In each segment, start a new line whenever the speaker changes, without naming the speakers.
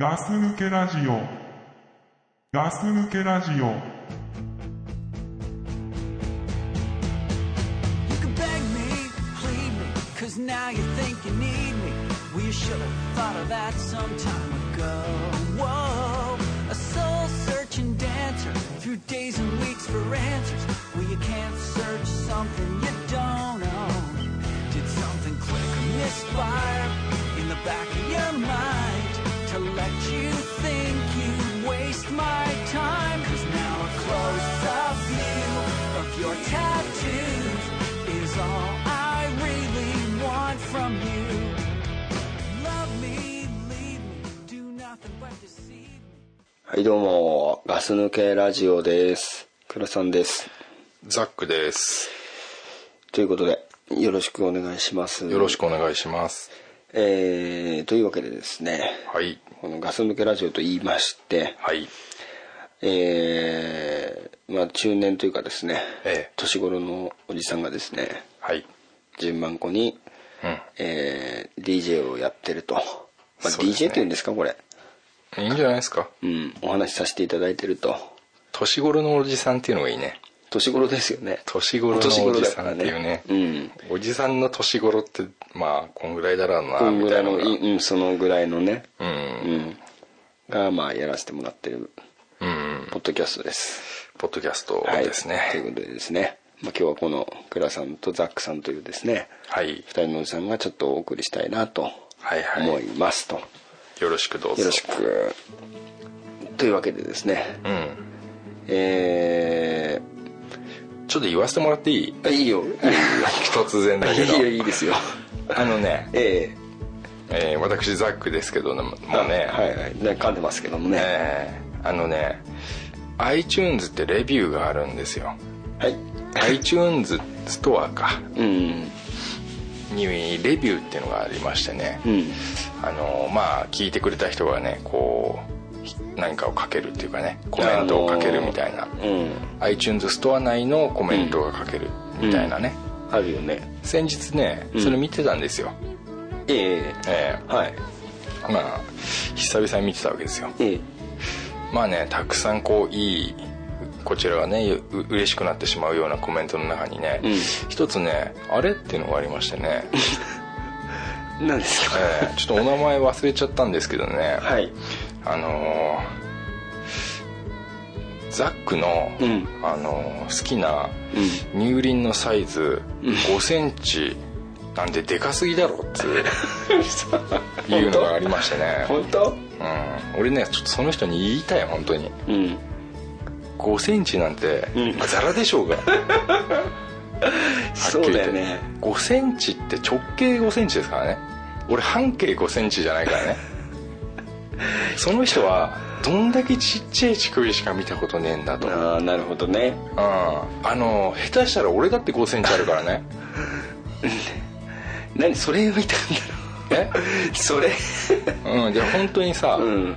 ガス抜けラジオ。ガス抜けラジオ。
You can beg me, plead me, cause now you think you need me. Well, you should have thought of that some time ago. Whoa, a soul searching dancer through days and weeks for answers. Well, you can't search something you don't own. Did something click or misfire in the back of your mind to let you think you waste my time? Cause now a close up view of your tattoos is all I really want from you. Love me, leave me, do nothing but deceive me.
はい、どうも、ガス抜けラジオです。黒さんです。
ザックです。
ということで、よろしくお願いします。
よろしくお願いします。
えー、というわけでですね、
はい。
このガス抜けラジオと言いまして、
はい。
えー、まあ中年というかですね、
ええ
年頃のおじさんがですね、
はい。
順番子に、えー、DJ をやってると。まあ、
そうですね
DJ というんですか、これ。
うん。いいんじゃないですか。
うん、お話しさせていただいてると。
年頃のおじさんっていうのがいいね。
年頃ですよね。
年頃のおじさんっていうね。
年頃だからね
おじさんの年頃って、まあ、こんぐらいだろうな、
こん
み
ぐら
たい
い
なの
の
が。
いうん、そのぐらいのね、
うん。
うん、が、まあ、やらせてもらってる、
うん。
ポッドキャストです。
ポッドキャスト
はい。
です
という
ね。
ことでですね、まあ、今日はこの、クラさんとザックさんというですね、
はい
二。人のおじさんがちょっとお送りしたいなと
はいはい
思いますと。
よろしくどうぞ。
よろしく。というわけでですね、
うん。
え
ちょっと言わせてもらっていい
ー、あいいよ。
突然だ
い
け
い
ど。
よ、いいですよ。
あのね、
ええ
えー私、ザックですけどねもう
あ
ね、
はいはい。ね噛んでますけどもね。
えーあのね iTunes ってレビューがあるんですよ
はい。
iTunes ストアか
うん。
にレビューっていうのがありましてね、
うん。
あのまあ聞いてくれた人がねこうひ何かをかけるっていうかねコメントをかけるみたいな、
うん。
iTunes ストア内のコメントがかけるみたいなね、
あるよね。
先日ねそれ見てたんですよ、
ええ
え
はい。
ーまあ久々に見てたわけですよ
ええ
まあねたくさんこういいこちらがねう嬉しくなってしまうようなコメントの中にね、
ん
一つね「あれ?」っていうのがありましてね、
何ですか
えーちょっとお名前忘れちゃったんですけどね、
はい
あのーザックの、
うん
あのー好きな乳輪のサイズ5センチなんででかすぎだろっつ ういうのがありましてね、
本当
うん、俺ねちょっとその人に言いたい本当に。
うん
5センチなんて
うん
ザラでしょうが
そうだよね
5センチって直径5センチですからね俺半径5センチじゃない からねその人はどんだけちっちゃい乳首しか見たことねえんだと、うん、
ああなるほどね
あの下手したら俺だって5センチあるか らね
何それ見たんだ
え
ろう それ
うんじゃあ本当にさ、
うん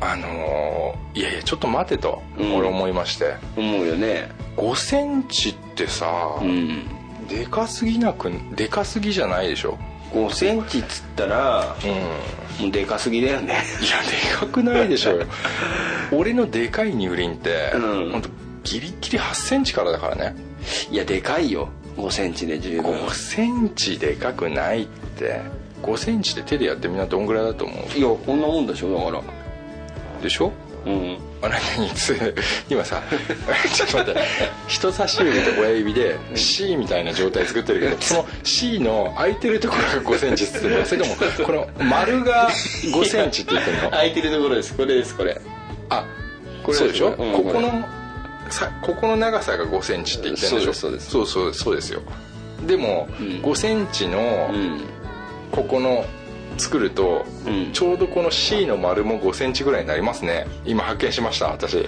あのーいやいやちょっと待てと、
うん
俺思いまして
思うよね
5センチってさ、
うん
でかすぎなくでかすぎじゃないでしょ
5センチっつったら
うん
もうでかすぎだよね
いやでかくないでしょうよ俺のでかい乳輪って、
うん
ほんとギリギリ8センチからだからね
いやでかいよ5センチで十分
5センチでかくないって5センチで手でやってみんなどんぐらいだと思
いやこんなもんでしょだから
うでしょ
うん
あれ何つ今さ ちょっと待って人差し指と親指で C みたいな状態作ってるけどその C の空いてるところが5センチっつってるのそれともこの丸が5センチって言ってるの
空いてるところですこれですこれ
あ
これ
そうでしょ、
うん
こ
これ
このさここの長さが5センチって言ってるんでしょ
そうです
そうそうそうですよでも、
ん
5センチの
うん
ここの作ると、
うん
ちょうどこの C の丸も5センチぐらいになりますね今発見しました私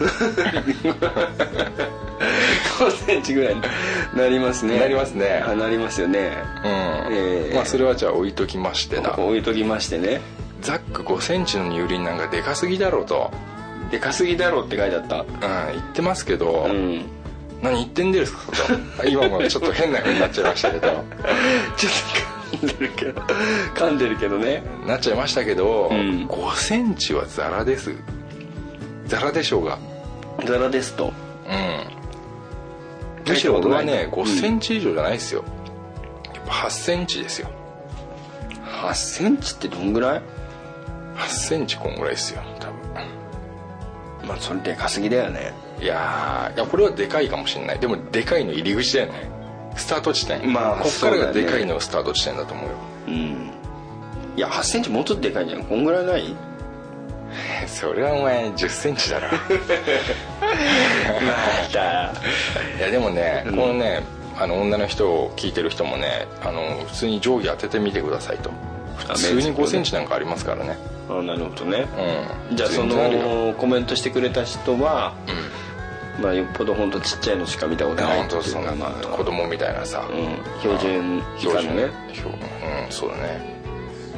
5センチぐらいになりますね
なりますね
あなりますよね
うん、
ええ
まあそれはじゃあ置いときましてな
置いときましてね
ザック5センチの乳輪なんかでかすぎだろうと、
でかすぎだろって書いてあった
うん、言ってますけど、
うん
何言ってんですかと今もちょっと変な風になっちゃいましたけど
ちょっ噛んでるけど噛んでるけどね
なっちゃいましたけど、
うん
5センチはザラですザラでしょうが
ザラですと
むしろ僕はね
うん
5センチ以上じゃないですよ、やっぱ8センチですよ
8センチってどんぐらい
8センチこんぐらいですよ多分
まあそれでかすぎだよね
いやーいやこれはでかいかもしれないでもでかいの入り口だよねスタート地点
まあ
こっから
そうだ
が
よね
でかいのスタート地点だと思うよ
うんいや8センチもうちょっとでかいんじゃんこんぐらいない
それはお前1 0ンチ だろ
だ
いやでもね、このねあの女の人を聞いてる人もねあの普通に定規当ててみてくださいと普通
面
に
積をね
5センチなんかありますからね
あなるほどね、
うん
じゃあそ
全然あるよ
のコメントしてくれた人は、まあよっぽど本当ちっちゃいのしか見たことない
本
って
当
い
そ
うんか
な
まあ
子供みたいなさ、
うん標準以下のね
標準うんそうだね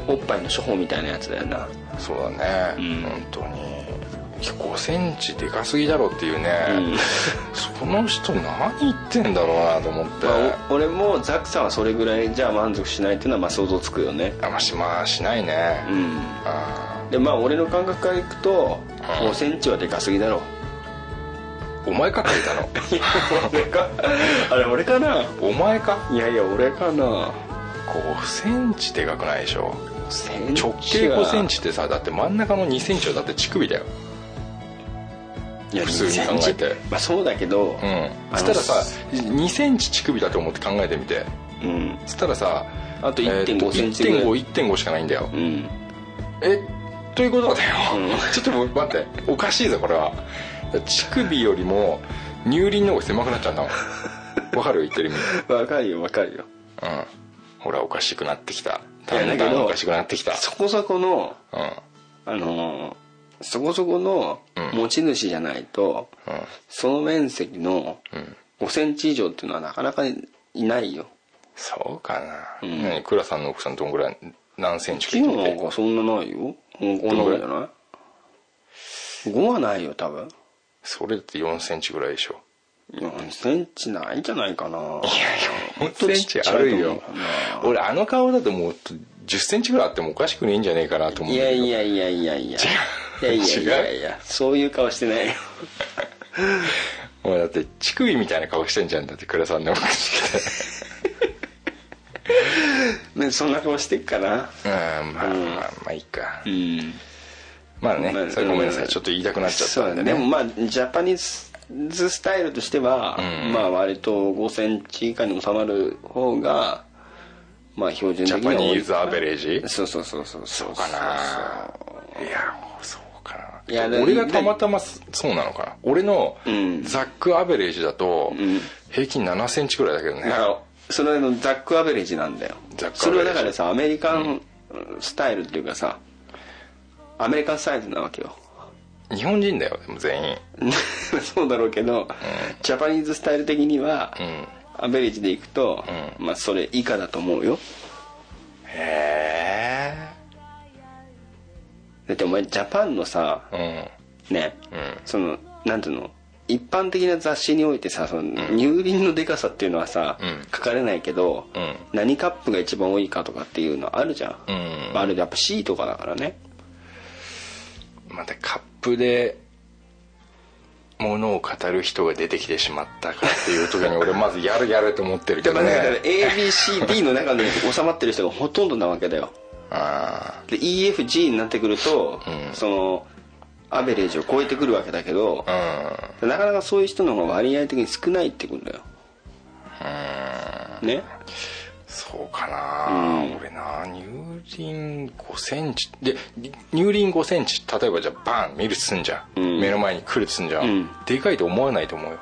おっぱいの処方みたいなやつだよな
そうだね、
うん
本当にいや5センチでかすぎだろっていうね、
うん
その人何言ってんだろうなと思って、
まあ、お俺もザックさんはそれぐらいじゃ満足しないっていうのはまあ想像つくよね
あまあしまあしないね、
うん
あ
でまあ俺の感覚からいくと
うん
5センチはでかすぎだろ
ーお前か書いたの
俺かあれ俺かな
お前か
いやいや俺かな
5センチでかくないでしょ
直
直径5センチってさだって真ん中の2センチはだって乳首だよ
いや
普通に考えて
2センチまあそうだけど
うん
あの
そしたらさ2センチ乳首だと思って考えてみて
うん
そしたらさ
あと
えーと
1.5センチぐらい
1.51.5しかないんだよ
うん
えということだよ、
う
ちょっともう待っておかしいぞこれは乳首よりも乳輪の方が狭くなっちゃうんだもんわかる言ってる意味
わかるよわかるよ
うんほらおかしくなってきた
い
だ
やだけ
んだん
ど
おかしくなってきた
そこそこの
うん
あのーそこそこの
うん
持ち主じゃないと、
うん
その面積の
うん
5センチ以上っていうのはなかなかいないよ
そうかな、
うん
何倉さんの奥さんどんぐらい何センチ聞
金
い
も
てみ
なん
て
かそんなないよもうこんなもんじゃない5はないよ多分
それだって4センチぐらいでしょ
4センチないんじゃないかない
4センチあるよ俺あの顔だともう1 0ンチぐらいあってもおかしくねえんじゃねえかなと思う
い
んだ
や
けど
いやいやいやいやいや
違う
いやいやいやそういう顔してないよ
お前だって乳首みたいな顔してんじゃんだって倉さんの奥さんって
ねそんな顔してっかな
うんま
う
あ
ん
まあまあいいか、
ん
まあね
まあ
それごめんなさ
う
いちょっと言いたくなっちゃっ
そう
た
だね
んで
で
ね
もまあジャパニーズスタイルとしては、
うん
まあ割と5センチ以下に収まる方がまあ標準的
ジャ
に
パ
は多い
ニーズアベレージ
そうそうそうそうそう
かないやそうかない
やで
俺がたまたまそうなのかな俺の
うん
ザックアベレージだと
ん
平均7センチぐらいだけどね
だからそれのザックアベレージなんだよ
ザック
そ
アベ
れ
レー
は
ジ
だからさアメリカンスタイルっていうかさアメリカンスタイルなわけよ
日本人だよでも全員
そうだろうけど、ジャパニーズスタイル的には、
ん
アベレージでいくと、まあそれ以下だと思うよ
へ
だってお前ジャパンのさ
え
ね、
うん
そのなんていうの一般的な雑誌においてさその乳輪のでかさっていうのはさ、
うん
書かれないけど、
うん
何カップが一番多いかとかっていうのあるじゃん、
うん
まあ、あれやっぱ C とかだからね
うんまたカップで物を語る人が出てきてしまったかっていう時に俺まずやるやると思ってるけ
だ
ど
からだから
ね
ABCD の中に収まってる人がほとんどなわけだよ
あ
で EFG になってくると、
うん
そのアベレージを超えてくるわけだけど
あ、うん
なかなかそういう人の方が割合的に少ないってことだよね
そうかな、俺な乳輪5センチで乳輪5センチ例えばじゃあバーン見るとすんじゃん、
うん
目の前に来るとすんじゃん、
うん
でかいと思わないと思うよ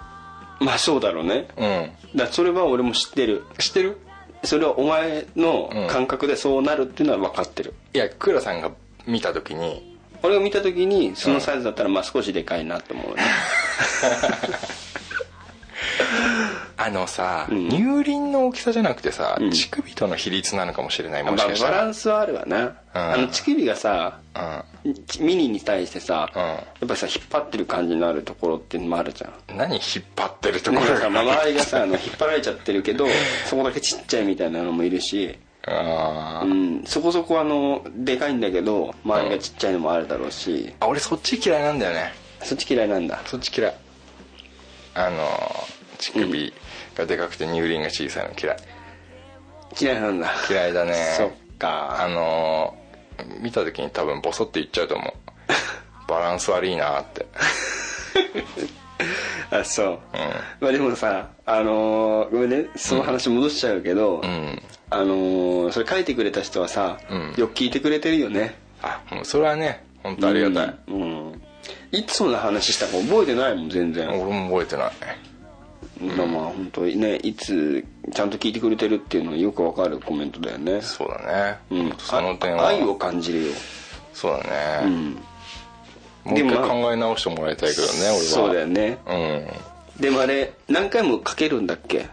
まあそうだろうね
うん
だからそれは俺も知ってる
知ってる
それはお前の感覚でそうなるっていうのは分かってる、
いやクラさんが見た時に
俺が見た時にそのサイズだったらまあ少しでかいなと思う ね、
あのさ、
ん
乳輪の大きさじゃなくてさ、
うん
乳首との比率なのかもしれない
まあ
もしかし
バ
た
ラ
ら、
ンスはあるわな、あの乳首がさミニに対してさ、
うん
やっぱりさ引っ張ってる感じのあるところっていうのもあるじゃん
うん、何引っ張ってるとこ
なん
ろ
か
が
さ周りがさあの引っ張られちゃってるけどそこだけちっちゃいみたいなのもいるし
あ
う
ー
ん、そこそこあのでかいんだけど周りがちっちゃいのもあるだろうし、
あ俺そっち嫌いなんだよね
そっち嫌いなんだ
そっち嫌いあのー乳首がでかくて乳輪が小さいの嫌い
嫌いなんだ
嫌いだね
そっか
あのー見た時に多分ボソって言っちゃう と思うバランス悪いなーって
あそう、まあでもさあのーごめんねその話戻しちゃうけど、
ん
あのーそれ書いてくれた人はさ、
うん
よく聞いてくれてるよね
あもうそれはね本当ありがたい、
うん、うんいつそんな話したか覚えてないもん全然、
俺も覚えてない
まあまあ本当にねいつちゃんと聞いてくれてるっていうのがよくわかるコメントだよね
そうだね、
うん
その点
あ
は
愛を感じるよ
そうだ
う
ね、
ん
もう一
でも
回考え直してもらいたいけどね俺は
そうだよね
うん
でもあれ何回も書けるんだっけ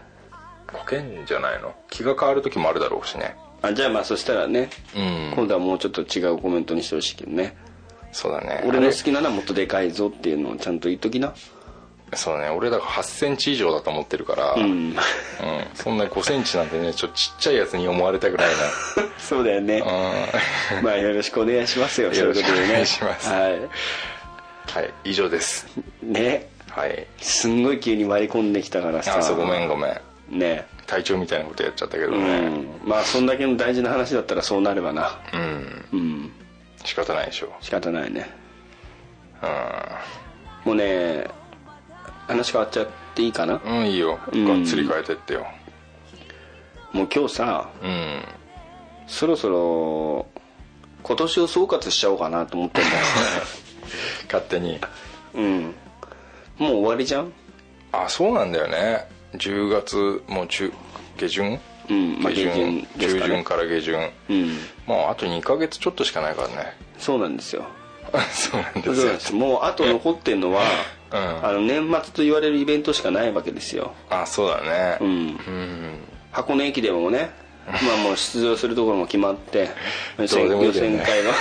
書けんじゃないの気が変わる時もあるだろうしね
あじゃあまあそしたらね、
うん
今度はもうちょっと違うコメントにしてほしいけどね
そうだね
俺の
あ
好
れ
きなのはもっとでかいぞっていうのをちゃんと言っときな
そうだね俺だから8センチ以上だと思ってるから、
う
うん
ん
そんな5センチなんてねちょっとちっちゃいやつに思われたくない
そうだよね
なうん
まあよろしくお願いしますよ
よろしく
そううことでね
お願いします
は
はい以上です
いね
はい
すんごい急に割り込んできたからさ
あそうごめんごめん
ね
体調みたいなことやっちゃったけど
う
ね
んまあそんだけの大事な話だったらそうなればな
うん、
うん
仕方ないでしょ
仕方ないね
う
もうね話変わっちゃっていいかな、
ん、うん、いいよ
ん
がっつり変えてってよ
もう今日さ
うん
そろそろ今年を総括しちゃおうかなと思って んだよ
勝手に
うんもう終わりじゃん
あそうなんだよね10月もう中下旬、
うんまあ下旬ですかね
中旬から下旬
うん
もうあと2ヶ月ちょっとしかないからね
そうなんですよ
そうなん
そ
で
う
す
な
よ
んですもうあと残ってんのは、
うん
あの年末と言われるイベントしかないわけですよ
あそうだね
うん、箱根駅伝も ねまあもう出場するところも決まって予選
どうでもいい
予
けど
選
ね
会の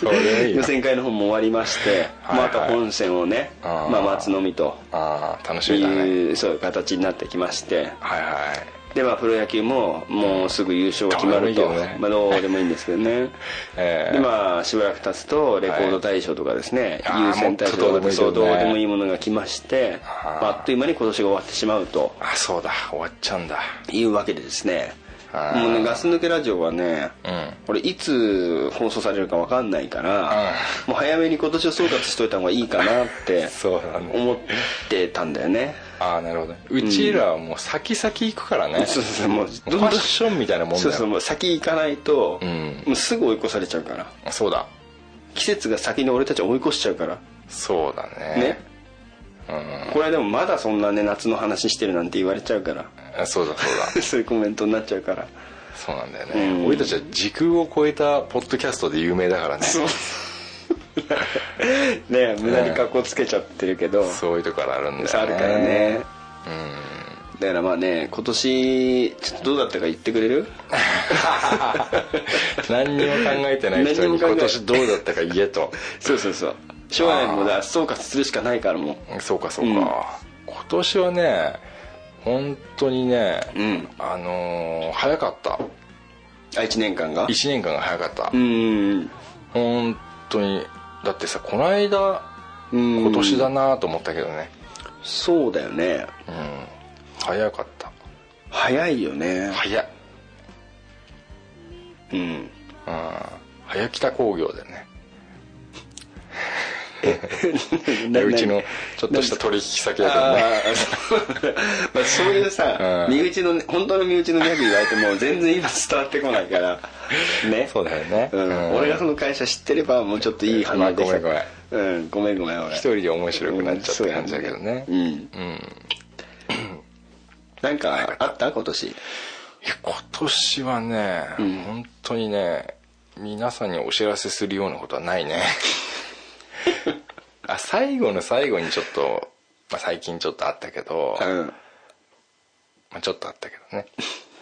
どうでもいいな
予選会の方も終わりまして、
はい
また本戦をね
あー
まあ、待つのみと
ああ楽しみだね
いうそういう形になってきまして
はいはい
でまあプロ野球ももうすぐ優勝が決まると
どうでもいいけどね
まあ、どうでもいいんですけどね
え
で
ー
まあしばらく経つとレコード大賞とかですね、
はい
優先大賞とか
あー
そう
もっと
ど
どう
うで
でもいいけどね
もいいものが来まして
あー
まああっという間に今年が終わってしまうと
あそうだ終わっちゃうんだ
いうわけでですね
あー
もうねガス抜けラジオはね、
うん
これいつ放送されるか分かんないから、もう早めに今年を総括しといた方がいいかなって
そうだね
思ってたんだよ ね
ああなるほどねうちらはもう先々行くからね、
そうそうそうもう
ファッションみたいなもんだよ
そうそうもう先行かないと、
うん
もうすぐ追い越されちゃうから
そうだ
季節が先に俺たちを追い越しちゃうから
そうだね
ね、これでもまだそんなね夏の話してるなんて言われちゃうから
あそうだそうだ
そういうコメントになっちゃうから
そうなんだよね、
うん
俺たちは時空を超えたポッドキャストで有名だからね
そうね無駄に格好つけちゃってるけど、
そういうところあるんだよね
あるからねだからまあね今年ちょっとどうだったか言ってくれ る
何にも考えてない人に
何にも考え
今年どうだったか言えと
そうそうそう将来もだ総括するしかないからもう
そうかそうか、
うん
今年はね本当にね、
ん
あのー早かった
あ1年間が
1年間が早かった、
うん
本当にだってさこの間
うん
今年だなと思ったけどね、
そうだよね
うん、早かった
早いよね
早い
うん
うん早北工業だよね
な
うち
な
のちょっとした取引先だけど
あ
ね
ーそう まあそういうさ、
うん
身内のね本当の身内のギャグ言われても全然今伝わってこないからね
そうだよね
うん
うん
俺がその会社知ってればもうちょっといい
まあ
話で
ご
きた
めんごめん
うんごめんごめん俺
一人で面白くなっちゃった感じだけどね
うん、なんかあった今年
いや今年はね、本当にね皆さんにお知らせするようなことはない ねあ最後の最後にちょっと、まあ、最近ちょっとあったけど、
うん
まあ、ちょっとあったけどね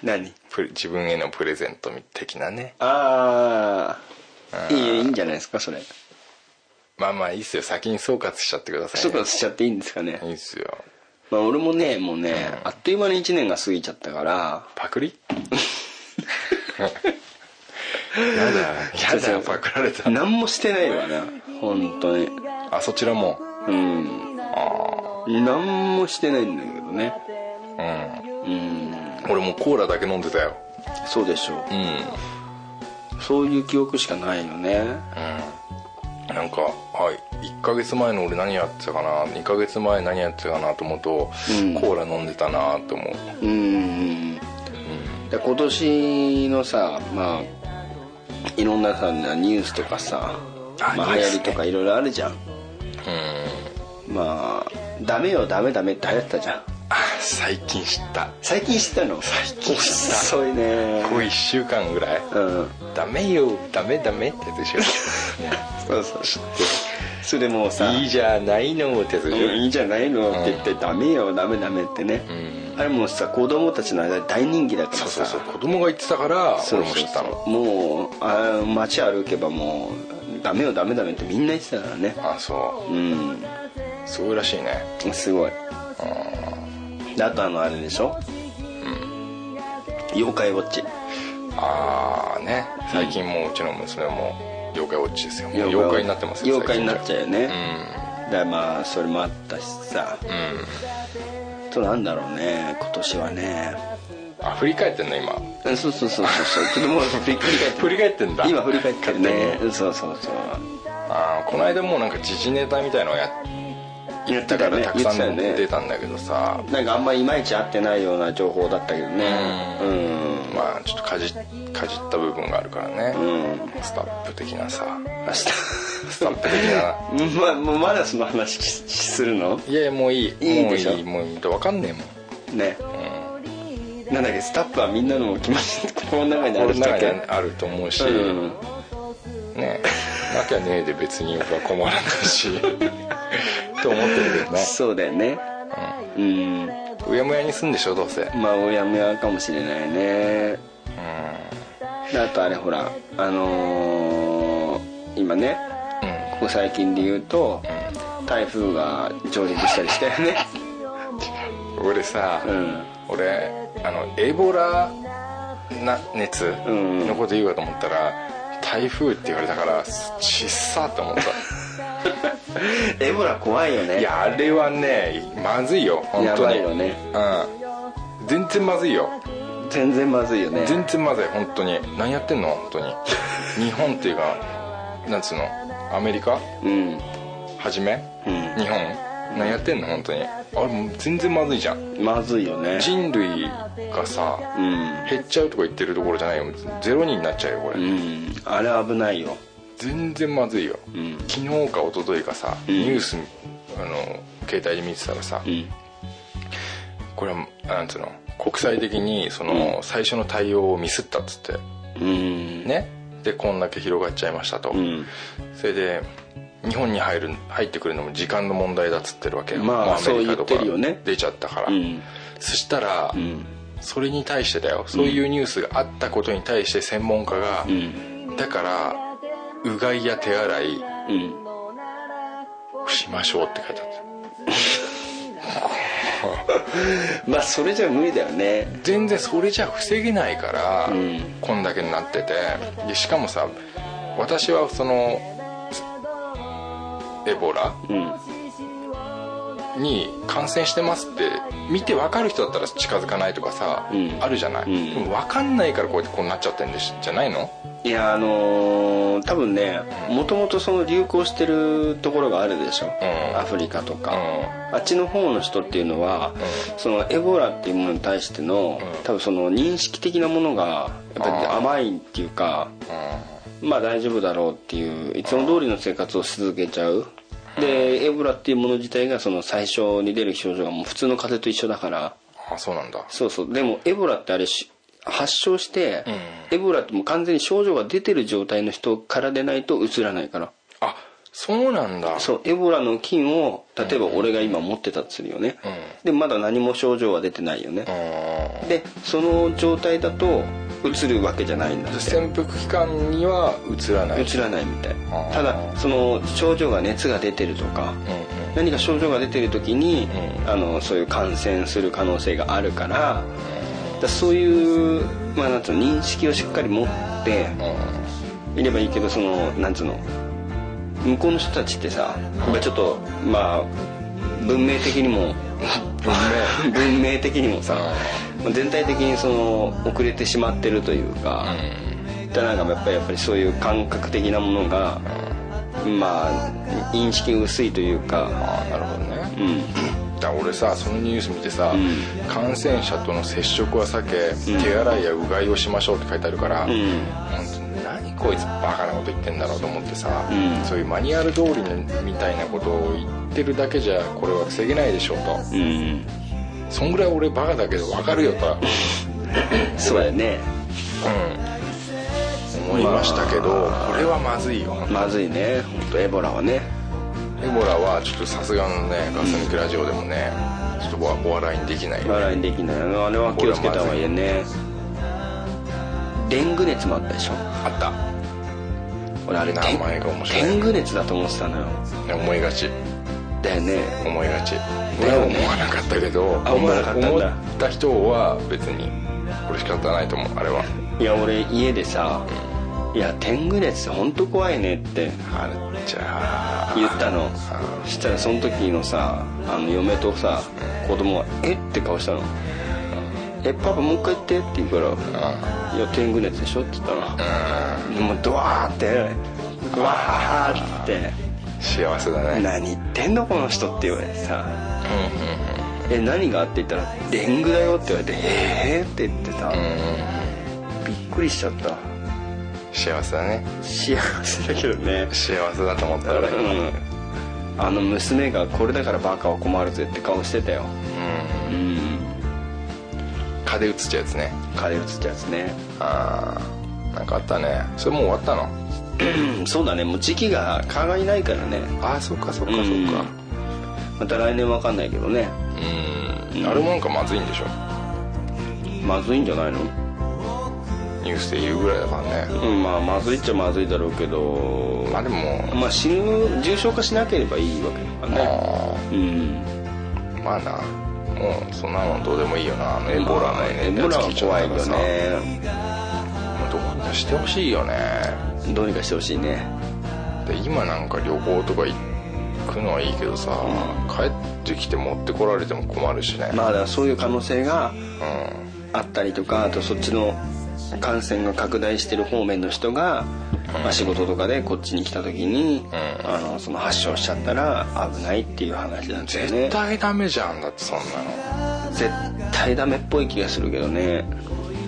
何
プレ自分へのプレゼント的なね
ああいいいいんじゃないですかそれ
まあまあいいっすよ先に総括しちゃってください
そ
ね、
うかしちゃっていいんですかね
いいっすよ
まあ俺もねもうねあっという間に1年が過ぎちゃったから
パクリやだ人さんパクられた
何もしてないわな本当に
あそちらも
うん何もしてないんだけどね
うん
うん
俺もうコーラだけ飲んでたよ
そうでしょ
うんうん
うそういう記憶しかないよね
なんかはい1ヶ月前の俺何やってたかな2ヶ月前何やってたかなと思うと、
うん
コーラ飲んでたなと思う
うんで今年のさまあいろんなさニュースとかさ
あ
まあ、流
ニュー
行
スね
りとかいろいろあるじゃん
うん
まあダメよダメダメって流行ってたじゃん
あ最近知った
最近知ったの最近知った遅いね
ここ1週間ぐらい
うん
ダメよダメダメってやつでし
そうそう知ってそれでもう
ょ
さ
いいじゃないのってやつでしょ
うんいいじゃないのって言って、ダメよダメダメってね、あれもさ子供たちの間で大人気だから
そ
さ
うそうそう子供が言ってたから
そ
俺
う
も
そう
知ったの
そうもうあー街歩けばもうダメよダメダメってみんな言ってたからね
あそ
うん
うすごいらしいね
すごいであとあのあれでしょ、妖怪ウォッチ
ああね最近もううちの娘も妖怪ウォッチですよもう妖怪になってますよ
妖怪になっちゃうよね、
う
だからまあそれもあったしさ
んうん
あとなんだろうね今年はね
あ振り返ってんの今
うんそうそうそうそうそうちょっともう振り返って
振り返ってんだ
今振り返ってるね
勝
うんそうそうそう
あーこの間もうなんか時事ネタみたいのをや
やって
だ
た
か
ね
らたくさ
言ってた
ん出
よね
たんだけどさ
なんかあんまいまいち合ってないような情報だったけどね
う
うん
まあちょっとかじかじった部分があるからね、
うん
スタップ的なさ
明日
スタップ的な
まもうまだその話しするの
いやいやもういい
いい
もう
でしょ
いいもういい分かんねえもん
ね、なんだっけスタッフはみんなの気持ちこの中にある
俺
ん
の
だ
中
っ
に
け
あると思うし、
うん
ねなきゃねえで別に僕は困らない しと思ってるけどね
そうだよねうん、
うやむやにすんでしょどうせ
まあうやむやかもしれないねであとあれほらあのー今ねここ最近で言うと台風が上陸したりしたよね
俺さ、
うん
俺あのエボラな熱
ん
のこと言うかと思ったら、台風って言われたからちっさと思っ
エボラ怖いよ
た
ね
いやあれはねまずいよ本
や
当
ば
に
いよね
うん全然まずいよ
全然まずいよね
全然まずい本当に何やってんの本 当に日本っていうかなんつうのアメリカ
うん
はじめ、
うん
日本何やってんの本当にあれもう全然まずいじゃん
まずいよね
人類がさ
うん
減っちゃうとか言ってるところじゃないよゼロ人になっちゃうよこれ、
うんあれ危ないよ
全然まずいよ、
ん
昨日か一昨日かさ、
ん
ニュースあの携帯で見てたらさ、
ん
これはなんつうの国際的にその、最初の対応をミスったっつって
うん
ねでこんだけ広がっちゃいましたと、
うん
それで日本に入る入ってくるのも時間の問題だっつってるわけよ、
まあ
もアメリカとか
そう言ってるよね
出ちゃったから、
うん
そしたら、
うん
それに対してだよそういうニュースがあったことに対して専門家が、
うん
だからうがいや手洗い
うん
をしましょうって書いてあった
まあそれじゃ無理だよね
全然それじゃ防げないから、
ん
こんだけになっててでしかもさ私はそのエボラ
うん
に感染してますって見て分かる人だったら近づかないとかさ、
うん
あるじゃない、
うん
でも分かんないからこうやってこうなっちゃってんでしじゃないの
いやあのー多分ねもともとその流行してるところがあるでしょ、
ん
アフリカと
う
か、あっちの方の人っていうのは、
う
そのエボラっていうものに対しての、
うん
多分その認識的なものがやっぱり
あー
甘いっていうかまあ大丈夫だろうっていういつも通りの生活を続けちゃうでエボラっていうもの自体がその最初に出る症状がもう普通の風邪と一緒だから
あそうなんだ
そうそうでもエボラってあれし発症して、
う
エボラってもう完全に症状が出てる状態の人からでないとうつらないから
あそうなんだ
そうエボラの菌を例えば俺が今持ってたとするよね、
うん
でまだ何も症状は出てないよね
う、ん
でその状態だとうつるわけじゃないんだって
潜伏期間には映らないう
つらないみたい
あー
ただその症状が熱が出てるとか、
うんうん
何か症状が出てる時に、
うん
あのそういう感染する可能性があるから、らそういうまあなんつうの認識をしっかり持っていればいいけどそのなんつうの向こうの人たちってさやっぱちょっとまあ文明的にも
文明
文明的にもさ全体的にその遅れてしまってるというか、だからなんかやっぱりやっぱりそういう感覚的なものが、まあ認識が薄いというか、
ああなるほどね
うん、
だから俺さそのニュース見てさ、
ん
感染者との接触は避け、手洗いやうがいをしましょうって書いてあるから、
ん
本当に何こいつバカなこと言ってんだろうと思ってさ、
うん
そういうマニュアル通りのみたいなことを言ってるだけじゃこれは防げないでしょうと、
うん、
そんぐらい俺バカだけど分かるよと、
そうやね
うん思いましたけど、これはまずいよ、
まずいね本当エボラはね
エボラはちょっとさすがのねガス抜きラジオでもね、ちょっとおお笑いにできないよ
笑いにできないあれは気をつけた方がいいよねデング熱もあったでしょ
あった
俺あれデン
名前が面白い
デング熱だと思ってたのよ
ね思いがち
だよね
思いがち
だ
俺
よ
は
ね
思わなかったけど
あ思わなかったんだ
思った人は別にこれ仕方ないと思うあれはい
や俺家でさ「いや天狗熱本当怖いね」って
あれじゃあ
言ったの
あ
そしたらその時のさあの嫁とさ子供は「えっ?」て顔したの「えパパもう一回言って」って言うから「いや天狗熱でしょ」って言ったら
う
でもうドワーって「うわー」って
ん幸せだ
「
ね
何言ってんのこの人」って言われてさ「え何が?」って言ったら「デングだよ」って言われて「ええー」って言ってさびっくりしちゃった
幸せだね
幸せだけどね
幸せだと思ったら今うん
うん、あの娘がこれだからバカは困るぜって顔してたようん
蚊で移っちゃうやつね
彼映っちゃうやつね
ああなんかあったねそれもう終わったの
うんそうだねもう時期が蚊がいないからね
ああそっかそっかそっ
うん
か
また来年わかんないけどね
うんあれもなんかまずいんでしょ
まずいんじゃないの
ニュースで言うぐらいだからね
うんまあまずいっちゃまずいだろうけど
まあでも
まあ死ぬ重症化しなければいいわけだからね
ああ
うん
まあなもうそんなのどうでもいいよなあのエボラのね
エボラは怖いよ
さ
ね
もうどうにかしてほしいよね
どうにかしてほしいね
で今なんか旅行とか行くのはいいけどさ、帰ってきて持ってこられても困るしね、
まあだからそういう可能性が
うん
あったりとかあとそっちの感染が拡大してる方面の人が、まあ、仕事とかでこっちに来た時に、
うん
あのその発症しちゃったら危ないっていう話なんですよね
絶対ダメじゃんだってそんな
絶対ダメっぽい気がするけどね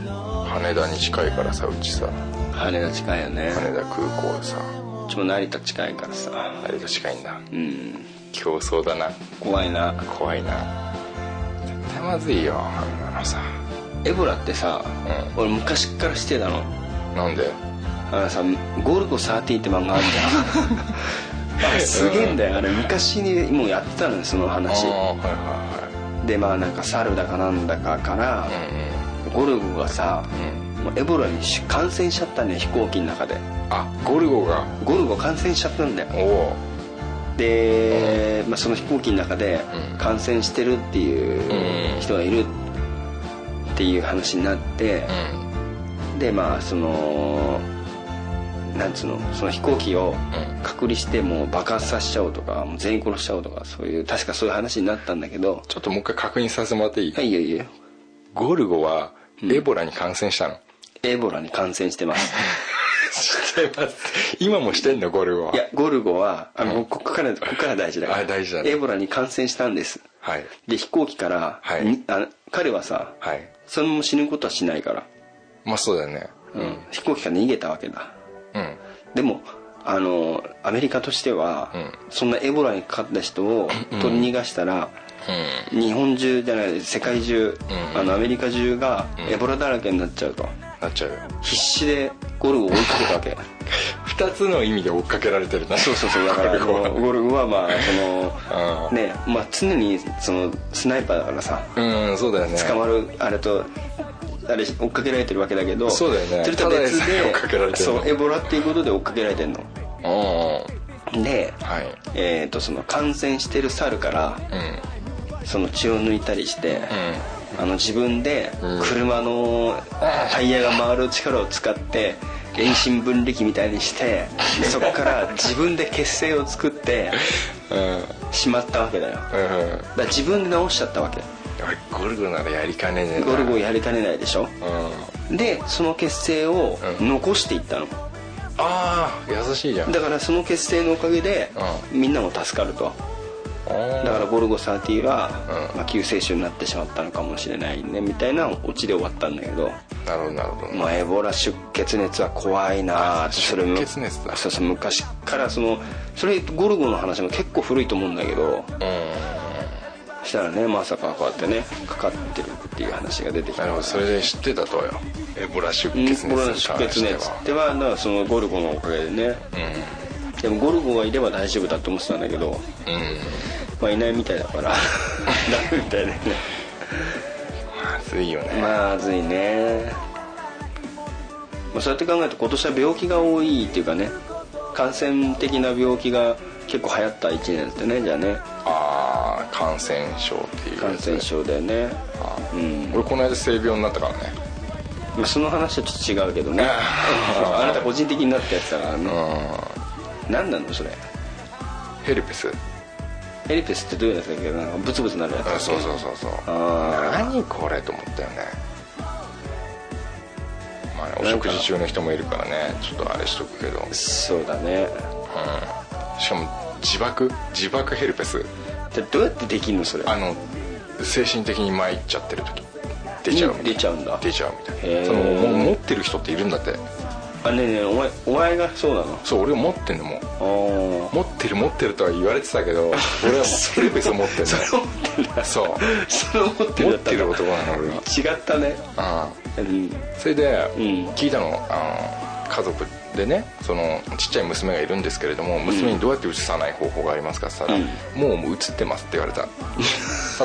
の羽田に近いからさうちさ
羽田近いよね
羽田空港さ
うちも成田近いからさ
羽田近いんだ
うん
競争だな
怖いな
怖いな絶対まずいよあんなのさ
エボラってさ、
う
俺昔っからしてたの
なんで
あのさ「ゴルゴ13」って漫画あるじ ゃんあれすげえんだよあれ昔にもうやってたのよその
あ
話
ーはいは
でまあなんか猿だかなんだかから
いはいうんうん
ゴルゴがさ、もうエボラに感染しちゃったね飛行機の中で
あゴルゴが
ゴルゴ感染しちゃったんだよ
おお
で、まあ、その飛行機の中で感染してるっていううん人がいるっていう話になって
う、ん
でまあそのなんつうのその飛行機を隔離してもう爆発させちゃおうとかもう全員殺しちゃおうとかそういう確かそういう話になったんだけど
ちょっともう一回確認させてもらっていい、
はいいいよいいよ
ゴルゴはエボラに感染したの、
エボラに感染してます
してます今もしてんのゴルゴはい
やゴルゴはあの、ここからここから大事だから
あ大事だね
エボラに感染したんです
はい
で飛行機から、
はい
にあ彼はさ
はい
そのまま死ぬことはしないから、
まあそうだよね
うん飛行機から逃げたわけだ
うん
でもあのアメリカとしては、
うん
そんなエボラにかかった人を取り逃がしたら、日本中じゃない世界中、あのアメリカ中がエボラだらけになっちゃうと、
なっちゃうよ
必死でゴルゴを追いかけたわ け
2つの意味で追っかけられてるな
そうそうそうだからあ
ゴルゴは
のゴルゴはまあその
あ
ねまあ常にそのスナイパーだからさ
うんそうだよね
捕まるあれとあれ追っかけられてるわけだけど
そうだよね
それとは別
ただでさえ追っ かけられ
で
てるの
そうエボラっていうことで追っかけられてんの
うんうん
で、
はい
えー、とその感染してる猿から
うん
その血を抜いたりして、あの自分で
うん
車のタイヤが回る力を使って遠心分離機みたいにしてそこから自分で結成を作 って
うん
しまったわけだよだか
うん
ら自分で直しちゃったわけ
俺ゴルゴならやりかねねえな
ゴルゴやりかねないでしょ
うん
でその結成を
うん
残していったの
ああ優しいじゃん
だからその結成のおかげでみんなも助かると
だ
だから「ゴルゴ13」は、
うん
まあ、救世主になってしまったのかもしれないねみたいなオチで終わったんだけど、
なるほどなるほど
まあ、エボラ出血熱は怖いなあ
あ
とそれも
出血熱だ
そうそう昔からそのそれゴルゴの話も結構古いと思うんだけどそしたらねまさかこうやってねかかってるっていう話が出てき
な
た
るほどそれで知ってたとよエボラ出血
うん
熱に
エボラ
関
の
して
出
は
血熱ってはだからそのゴルゴのおかげでね、でもゴルゴがいれば大丈夫だと思ってたんだけど、
うん
まあ、いないみたいだ からダメみたいだよね
まずいよね
まずいね、まあ、そうやって考えると今年は病気が多いっていうかね感染的な病気が結構流行った1年だってねじゃあね
ああ感染症っていうや
感
つ
染症だよね、
あー
うん
俺この間性病になったからね
まあ、その話はちょっと違うけどねあなた個人的になったやつだからね、
うん
何なのそれ
ヘルペス
ヘリペスってどういうやつだっけなんかブツブツなるやつだっ
あ
け
そうそうそうそう
あー
何これと思ったよねまあお食事中の人もいるからねちょっとあれしとくけど
そうだね
うんしかも自爆自爆ヘルペス
じゃあどうやってできんのそれ
あの精神的に参っちゃってる時出ちゃう
うん出ちゃうんだ
出ちゃうみたい
へー
なそのもう持ってる人っているんだって
あねえねえお前お前がそうなの
そう俺持ってんのもう
お
持ってる持ってるとは言われてたけ ど俺はもうヘルペスを持ってん
それ持ってんだ
のそう
それ持ってる
持
や
っ
つだ
てる男なの俺は
違ったね
あ
うん
あそれで
うん
聞いたのあの家族でねそのちっちゃい娘がいるんですけれども娘にどうやって移さない方法がありますかって言ったら「もう移ってます」って言われた例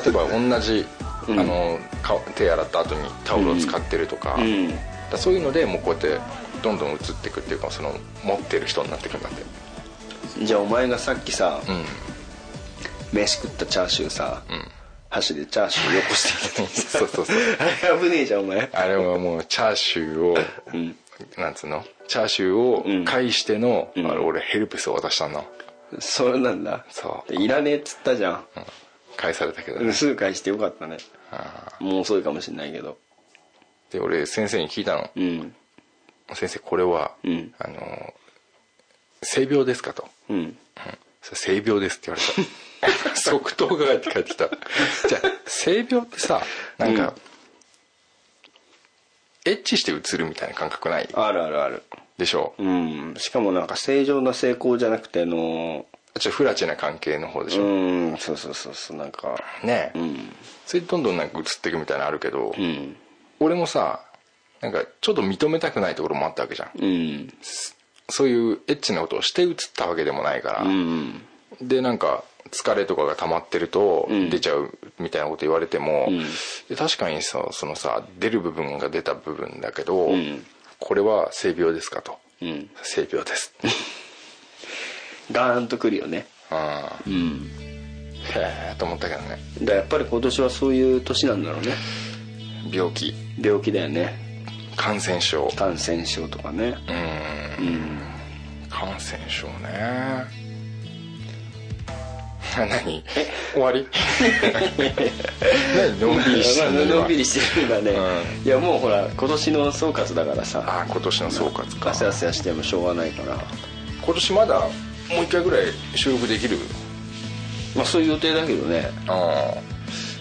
えば同じあ
うん
の顔手洗った後にタオルを使ってるとか,、
うん
そういうのでもうこうやってどんどん移っていくっていうかその持ってる人になっていくんだって
じゃあお前がさっきさ
うん
飯食ったチャーシューさ
うん
箸でチャーシューよこしてきた
そうそうそう
あれ危ねえじゃんお前
あれはもうチャーシューを、
ん
なんつうのチャーシューを介しての、
うん
あれ俺ヘルペスを渡したの
それなんだ
そう
でいらねえっつったじゃ
返されたけどね、
んすぐ返してよかったね
ああ
もう遅いかもしれないけど
で俺先生に聞いたの
うん
「先生これは、
うん
あの性病ですか?」と
うん
「それ性病です」って言われた 即答が返って帰ってきたじゃあ性病ってさなんか、エッチして映るみたいな感覚ない
あるあるある
でしょう
うんしかもなんか正常な成功じゃなくてあの
ちょっとフラチな関係の方でしょ、
うんそうそうそうそうなんか
ねえ、
うん
それでどんどんなんか映っていくみたいなのあるけど、
うん
俺もさなんかちょっと認めたくないところもあったわけじゃん
うん
そういうエッチなことをして映ったわけでもないから、
うん
でなんか疲れとかが溜まってると
ん
出ちゃうみたいなこと言われても、
ん
で確かにさそのさ出る部分が出た部分だけど、
うん
これは性病ですかと
うん
性病です
ガーンとくるよね
ああ
うん
へえと思ったけどね
だからやっぱり今年はそういう年なんだろうね
病気
病気だよね
感染症
感染症とかね
う
うんん
感染症ね 何終 わり何のんびりしてんの今
のんびりしてるんだね、い
う
やもうほら今年の総括だからさ
ああ今年の総括か
ガサガサしてもしょうがないから
今年まだもう一回ぐらい収録できる
まあそういう予定だけどね
うん、ま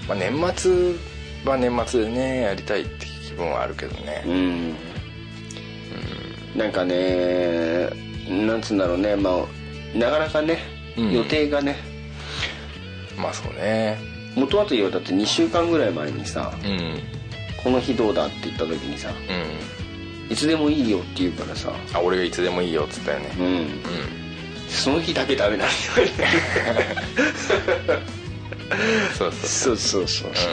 あ、年末は年末でねやりたいって気分はあるけど
う
ね
んなんかねなんつうんだろうねまあなかなかね
うん
予定がね、
まあそうね
元はといえばだって2週間ぐらい前にさ
うん
「この日どうだ?」って言った時にさ
う
「
ん
いつでもいいよ」って言うからさ
あ俺がいつでもいいよっつったよね
うん
うん
その日だけダメなんだよね
そうそう
そうそうそうそ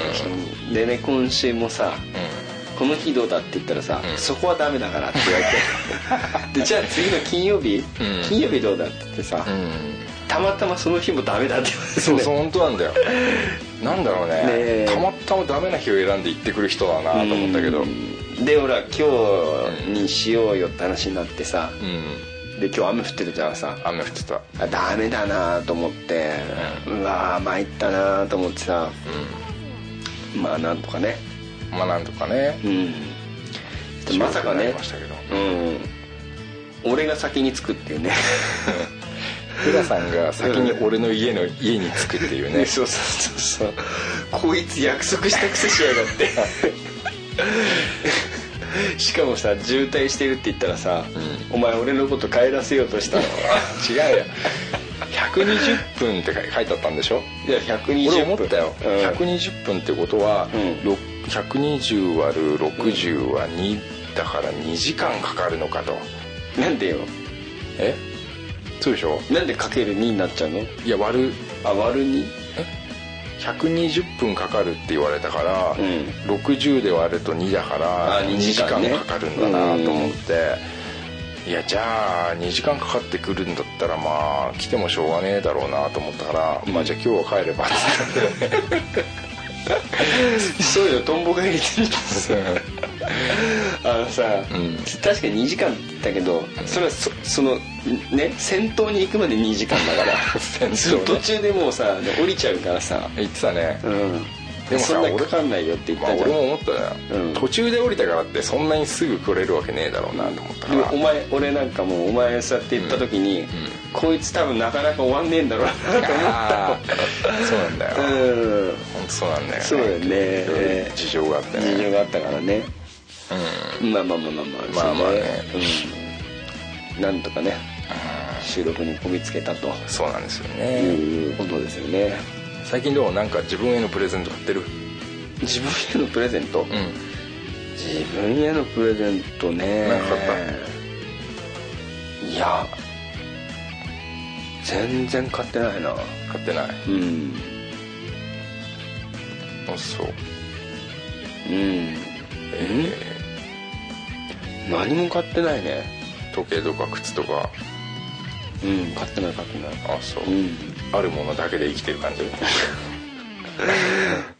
うでね今週もさ「この日どうだ?」って言ったらさ、
うん
そこはダメだから」って言われてでじゃあ次の金曜日、
うん
金曜日どうだって言ってさ、
うんうん
たまたまその日もダメだって言われてね
そうそう本当なんだ よなんだろうね
ねえ
たまたまダメな日を選んで行ってくる人だなと思ったけどう
うんんでほら今日にしようよって話になってさで今日雨降ってたからさ
雨降ってた
あダメだなと思ってうわー参ったなと思ってさまあなんとかね
まあなんとかね
うんでまさか
なり
ね
ましたけ
う
ど
ん俺が先に着くっていう ね
浦さんが先に俺の家の家に着くっていうね
そうそうそうそうこいつ約束したくせしやがって しかもさ渋滞してるって言ったらさ、お前俺のこと帰らせようとした の
違うよ120分って書いてあったんでしょ
いや120
俺
分
思ったよ、
うん
120分ってことは、
うん
ろ120割る60は2だから2時間かかるのかと
なんでよ
えそうでしょ
なんでかける2になっちゃうの
いや割る
あ割る 2?
120分かかるって言われたから、
う
60で割ると2だから
あ
2
2
時
時
間
間ね
かかるんだなと思って、いやじゃあ2時間かかってくるんだったらまあ来てもしょうがねえだろうなと思ったから、まあじゃあ今日は帰ればって
そうよトンボ帰りって言って
言って
あのさ、
ん
確かに2時間だけどそれはそそのね先頭に行くまで2時間だから
先頭ね
途中でもうさ降りちゃうからさ
言ってた ね
うん
で
でも
もさ
そんな
俺
かかんないよって言っ
まあ
たじゃ
俺
ん、
も思ったよ、
うん
途中で降りたからってそんなにすぐ来れるわけねえだろうなと思ったか
で
ら
もお前俺なんかもうお前そうやって言った時に、こいつ多分なかなか終わんねえんだろうなと思っ
あーそうなんだよ、
たうん
本当そうなんだよね
そうだよね
いろいろ事情があって
事情
ね
があったからね、まあまあまあまあまあ
まあまあね
そううん、なんとかね収録にこぎつけたと
そうなんですよ
い
ね、
うことですよね
最近どうなんか自分へのプレゼント買ってる
自分へのプレゼント、
うん
自分へのプレゼントね
なんかあ
いや全然買ってないな
買ってない
うん
あそう
うん
え
何も買ってないね
ー時計とか靴とか
うん買ってない買ってない
あそう、
う
あるものだけで生きてる感じ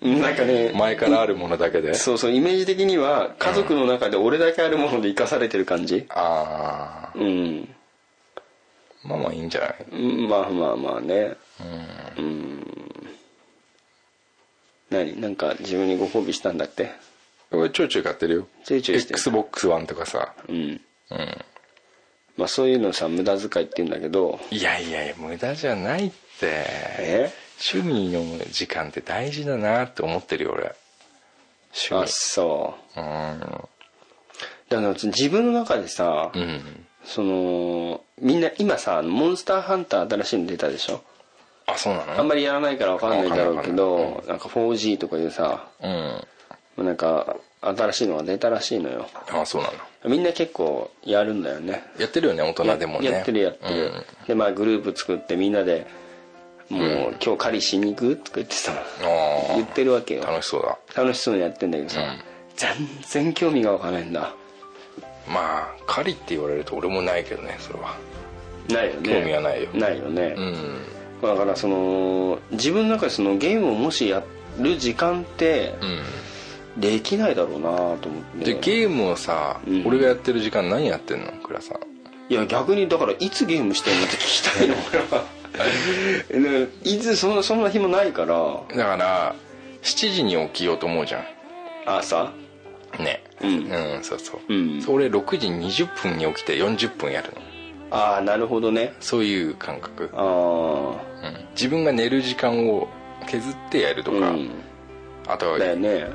んなんかね
前からあるものだけで
そうそうイメージ的には家族の中で俺だけあるもので生かされてる感じ
ああ
うん、
まあまあいいんじゃない
うんまあまあまあねうん何なんか自分にご褒美したんだって
俺ちょいちょい買ってるよ
ちょいちょいしてる
XBOX ONE とかさ
うん、まあそういうのさ無駄遣いって言うんだけど
いやいやいや無駄じゃないって
え
趣味の時間って大事だなって思ってるよ俺
あ
趣味
そう
うー
だから自分の中でさ、
んうん
そのみんな今さモンスターハンター新しいの出たでしょ
あそうなの
あんまりやらないから分かんないんだろうけ
わかんないわ
どなんか 4G とかいうさ
うん
なんか新しいのが出たらしいのよ
あそうなの
みんな結構やるんだよね
やってるよね大人でもね
ややってるやってる、でまあグループ作ってみんなで「もう、今日狩りしに行く?」とか言ってさ
うん、あ
言ってるわけよ
あ楽しそうだ
楽しそうにやってんだけどさ、
うん
全然興味がわかないんだ
まあ狩りって言われると俺もないけどねそれは
ないよね
興味はないよ
ないよね、
うん
だからその自分の中でそのゲームをもしやる時間って
う
できないだろうなと思っ
ん
て
でゲームをさ、
うん
俺がやってる時間何やってんの倉さん
いや逆にだからいつゲームしてんのって聞きたいの俺は ねいつそんなそんな日もないから
だから7時に起きようと思うじゃん
朝
ね
うん
うんそうそう、
うん
それ6時20分に起きて40分やるの
ああなるほどね
そういう感覚、
ああ
うん自分が寝る時間を削ってやると
う
か、
ん
あとは
だよね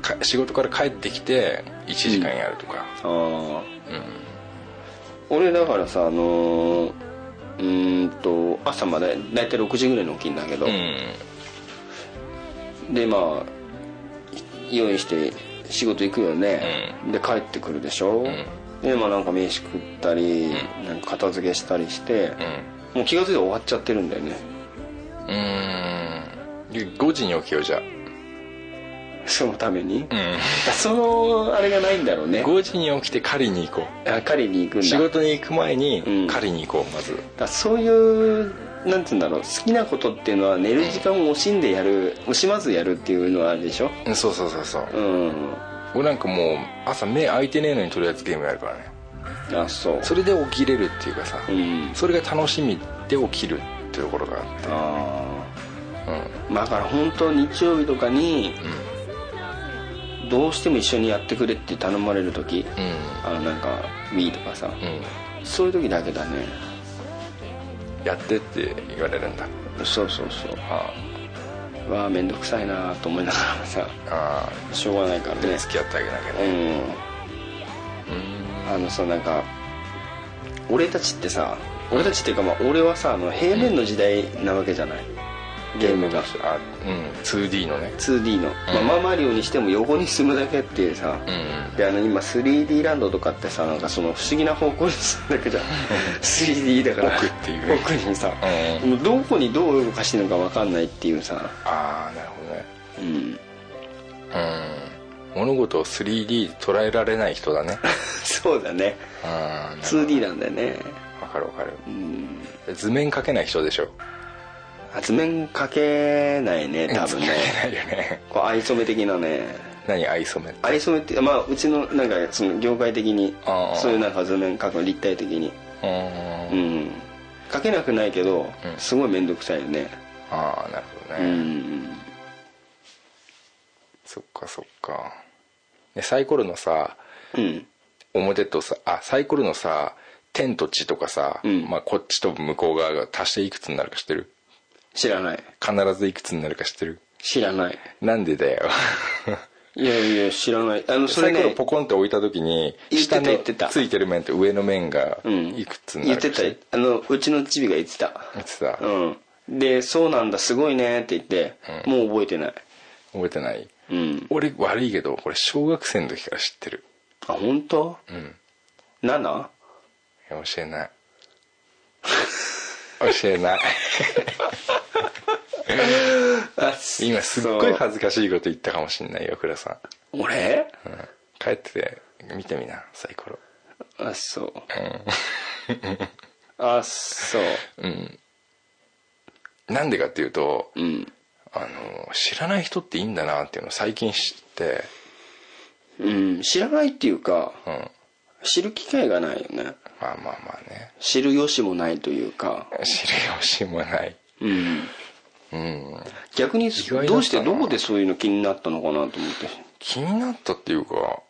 か仕事から帰ってきて1時間やるとか、
ああ、俺だからさあのーうーんと朝まで大体6時ぐらいに起きんだけど、
うん
でまあ用意して仕事行くよね、で帰ってくるでしょ、でまあなんか飯食ったり、なんか片付けしたりして、もう気が付いて終わっちゃってるんだよね
うんうん5時に起きようじゃあ
そのために、
うん
そのあれがないんだろうね
5時に起きて狩りに行こ
あ狩りに行くん
う
だ
仕事に行く前に
うん
狩りに行こうまず
だそういうなんて言うんだろう好きなことっていうのは寝る時間を惜しんでやる惜しまずやるっていうのはあれでしょ
うんそうそうそうそう
うん
俺なんかもう朝目開いてねえのにとりあえずゲームやるからね
あそう
それで起きれるっていうかさ、
うん
それが楽しみで起きるっていうところがあって
あ
うん
あだから本当日曜日とかにどうしても一緒にやってくれって頼まれる時
うん
あのなんか Wii とかさ
うん、
そういう時だけだね
やってって言われるんだ
そうそうそう
あ
わあ面倒くさいなと思いながらさ
あ
しょうがないから
で
ね
付き合ってあげなきゃ
う
ね
んあのさなんか俺たちってさ俺たちっていうかまあ俺はさあの平面の時代なわけじゃないゲームが
あうん 2D のね
2D の、まあ、ママリオにしても横に進むだけっていうさ、
うん
であの今 3D ランドとかってさなんかその不思議な方向に進んだけ じゃん 3D だから
奥っていう
奥にさ、
うん
もうどこにどう動かしてるのか分かんないっていうさ、
ああなるほどね
うん、
うん物事を 3D で捉えられない人だ ね
そうだね
あ
2D なんだよね
あわかるわかる、図面描けない人でしょ
あ図面かけないね多 分ね
描けないよね
こう藍染め的なね
何愛染めって
藍染めってまあうちのなんかその業界的に
ああ
そういうなんか図面描くの立体的に
うん
うん描けなくないけど、
うん
すごい面倒くさいよね
ああなるほど
う
ね、
ん
そっかそっかでサイコロのさ
うん
表とさあサイコロのさ天と地とかさ、
うん
まあ、こっちと向こう側が足していくつになるか知ってる
知らない
必ずいくつになるか知ってる
知らない
なんでだよ
いやいや知らないあの そ
サ
れ
イコロ
ね
ポコンって置いた時に
言ってた
下の
言ってた
ついてる面と上の面が
うん
いくつにな
言っ
るか
てた
知ってる
あのうちのチビが言ってた
言ってた
うんで「そうなんだすごいね」って言って、もう覚えてない
覚えてない
うん
俺悪いけどこれ小学生の時から知ってる
あ本当
うん
?7?
いや教 えない教えない
あ
今すっごい
そう
恥ずかしいこと言ったかもしんないよ倉さん
俺
帰って見てみなサイコロ
あそうあそう
なんでかっていうと、
うん
あの知らない人っていいんだなっていうのを最近知って
うん知らないっていうか
うん
知る機会がないよね
まあまあまあね
知る由もないというか
知る由もない
うん
うん
逆に
外だったな
どうしてどこでそういうの気になったのかなと思って
気になったっていうか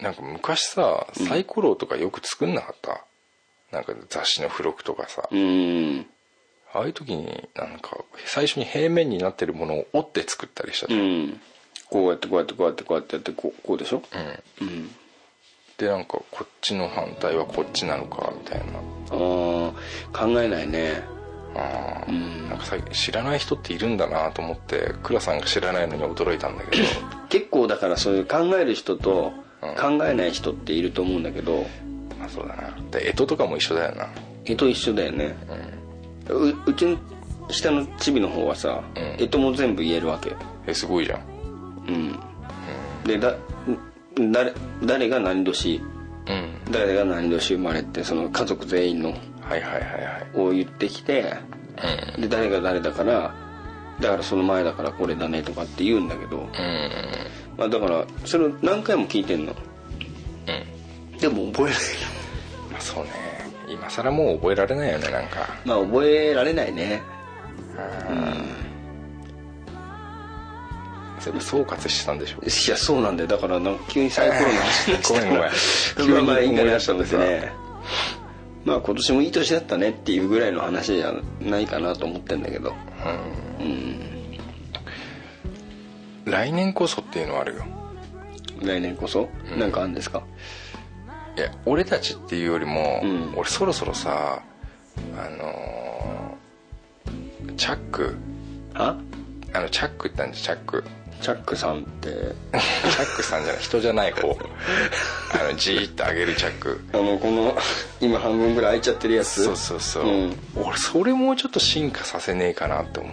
なんか昔さサイコロとかよく作んなかった、なんか雑誌の付録とかさ、
うん
ああいう時になんか最初に平面になってるものを折って作ったりしたじ
う
ゃん
んこうやってこうやってこうやってこうやってやってこうこうでしょうん
でなんかこっちの反対はこっちなのかみたいな
ああ考えないね
ああ、
ん
なんかさ知らない人っているんだなと思って倉さんが知らないのに驚いたんだけど
結構だからそういう考える人と考えない人っていると思うんだけど
まあそうだなで干支とかも一緒だよな
絵と一緒だよね、ううちの下のチビの方はさ、
ん
絵とも全部言えるわけ
えすごいじゃん
うんでだ誰誰が何年
うん
誰が何年生まれってその家族全員の
はいはいはいはい
を言ってきてで誰が誰だからだからその前だからこれだねとかって言うんだけど、
うんうん
まあ、だからそれを何回も聞いてんのでも覚えな
まあそうね今更もう覚えられないよねなんか
い まあ覚えられないね
全部総括してたんでしょ
いやそうなんだよだからなんか急にサイコロの話になっちゃっ
ごめんごめん
たから まあまあいいかなと思って
急に思い出した
ねまあ今年もいい年だったねっていうぐらいの話じゃないかなと思ってんだけど
来年こそっていうのはあるよ
来年こそなんかあるんですか
いや俺たちっていうよりも、
うん
俺そろそろさあのーチャック
あ
あのチャックってなんじゃんチャック
チャックさんって
チャックさんじゃない人じゃない方あのじーっと上げるチャック
あのこの 今半分ぐらい開いちゃってるやつ
そうそうそう、
うん
俺それもうちょっと進化させねえかなって思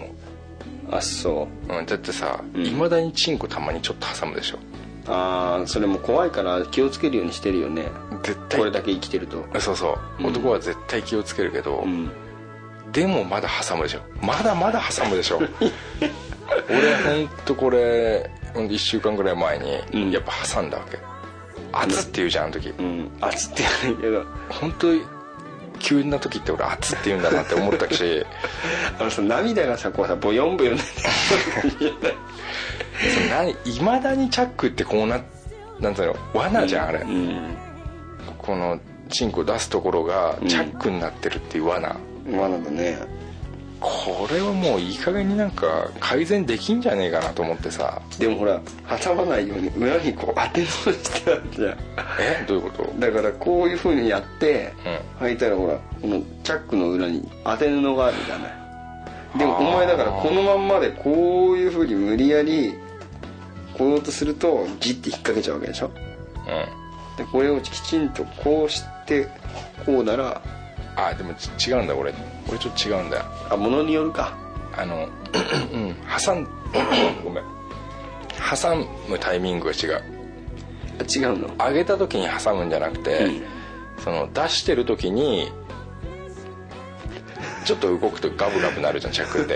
あそう
う、うん、だってさ
ん
いま、未だにチンコたまにちょっと挟むでしょ
ああそれも怖いから気をつけるようにしてるよね
絶対
これだけ生きてると
そうそ
う
う、
ん
男は絶対気をつけるけど、
うん
でもまだ挟むでしょまだまだ挟むでし ょ俺本当これ1週間ぐらい前
うん
にやっぱ挟んだわけ「熱」って言うじゃんあの時
うん熱って言わないけど
本当に急な時って俺「熱」って言うんだなって思っ たし
あのさ涙がさこうさボヨンボヨン出てる
いまだにチャックってこうななんつうの罠じゃんあれ、
うん
このチンコ出すところが
うん
チャックになってるっていう罠、
まだだね
これはもういい加減になんか改善できんじゃねえかなと思ってさ
でもほら挟まないように裏にこう当てそうしてあるじゃん
えどういうこと
だからこういうふうにやって
う
履いたらほらこのチャックの裏に当て布があるじゃないでもお前だからこのまんまでこういうふうに無理やり来ようとするとギッて引っ掛けちゃうわけでしょ
うん
でこれをきちんとこうしてこうなら
あでもち違うんだ俺俺ちょっと違うんだよ
あものによるか
あの、うん、挟んご めん挟むタイミングが違う
あ違うの
上げた時に挟むんじゃなくて、その出してる時にちょっと動くとガブガブなるじゃんチャッ クって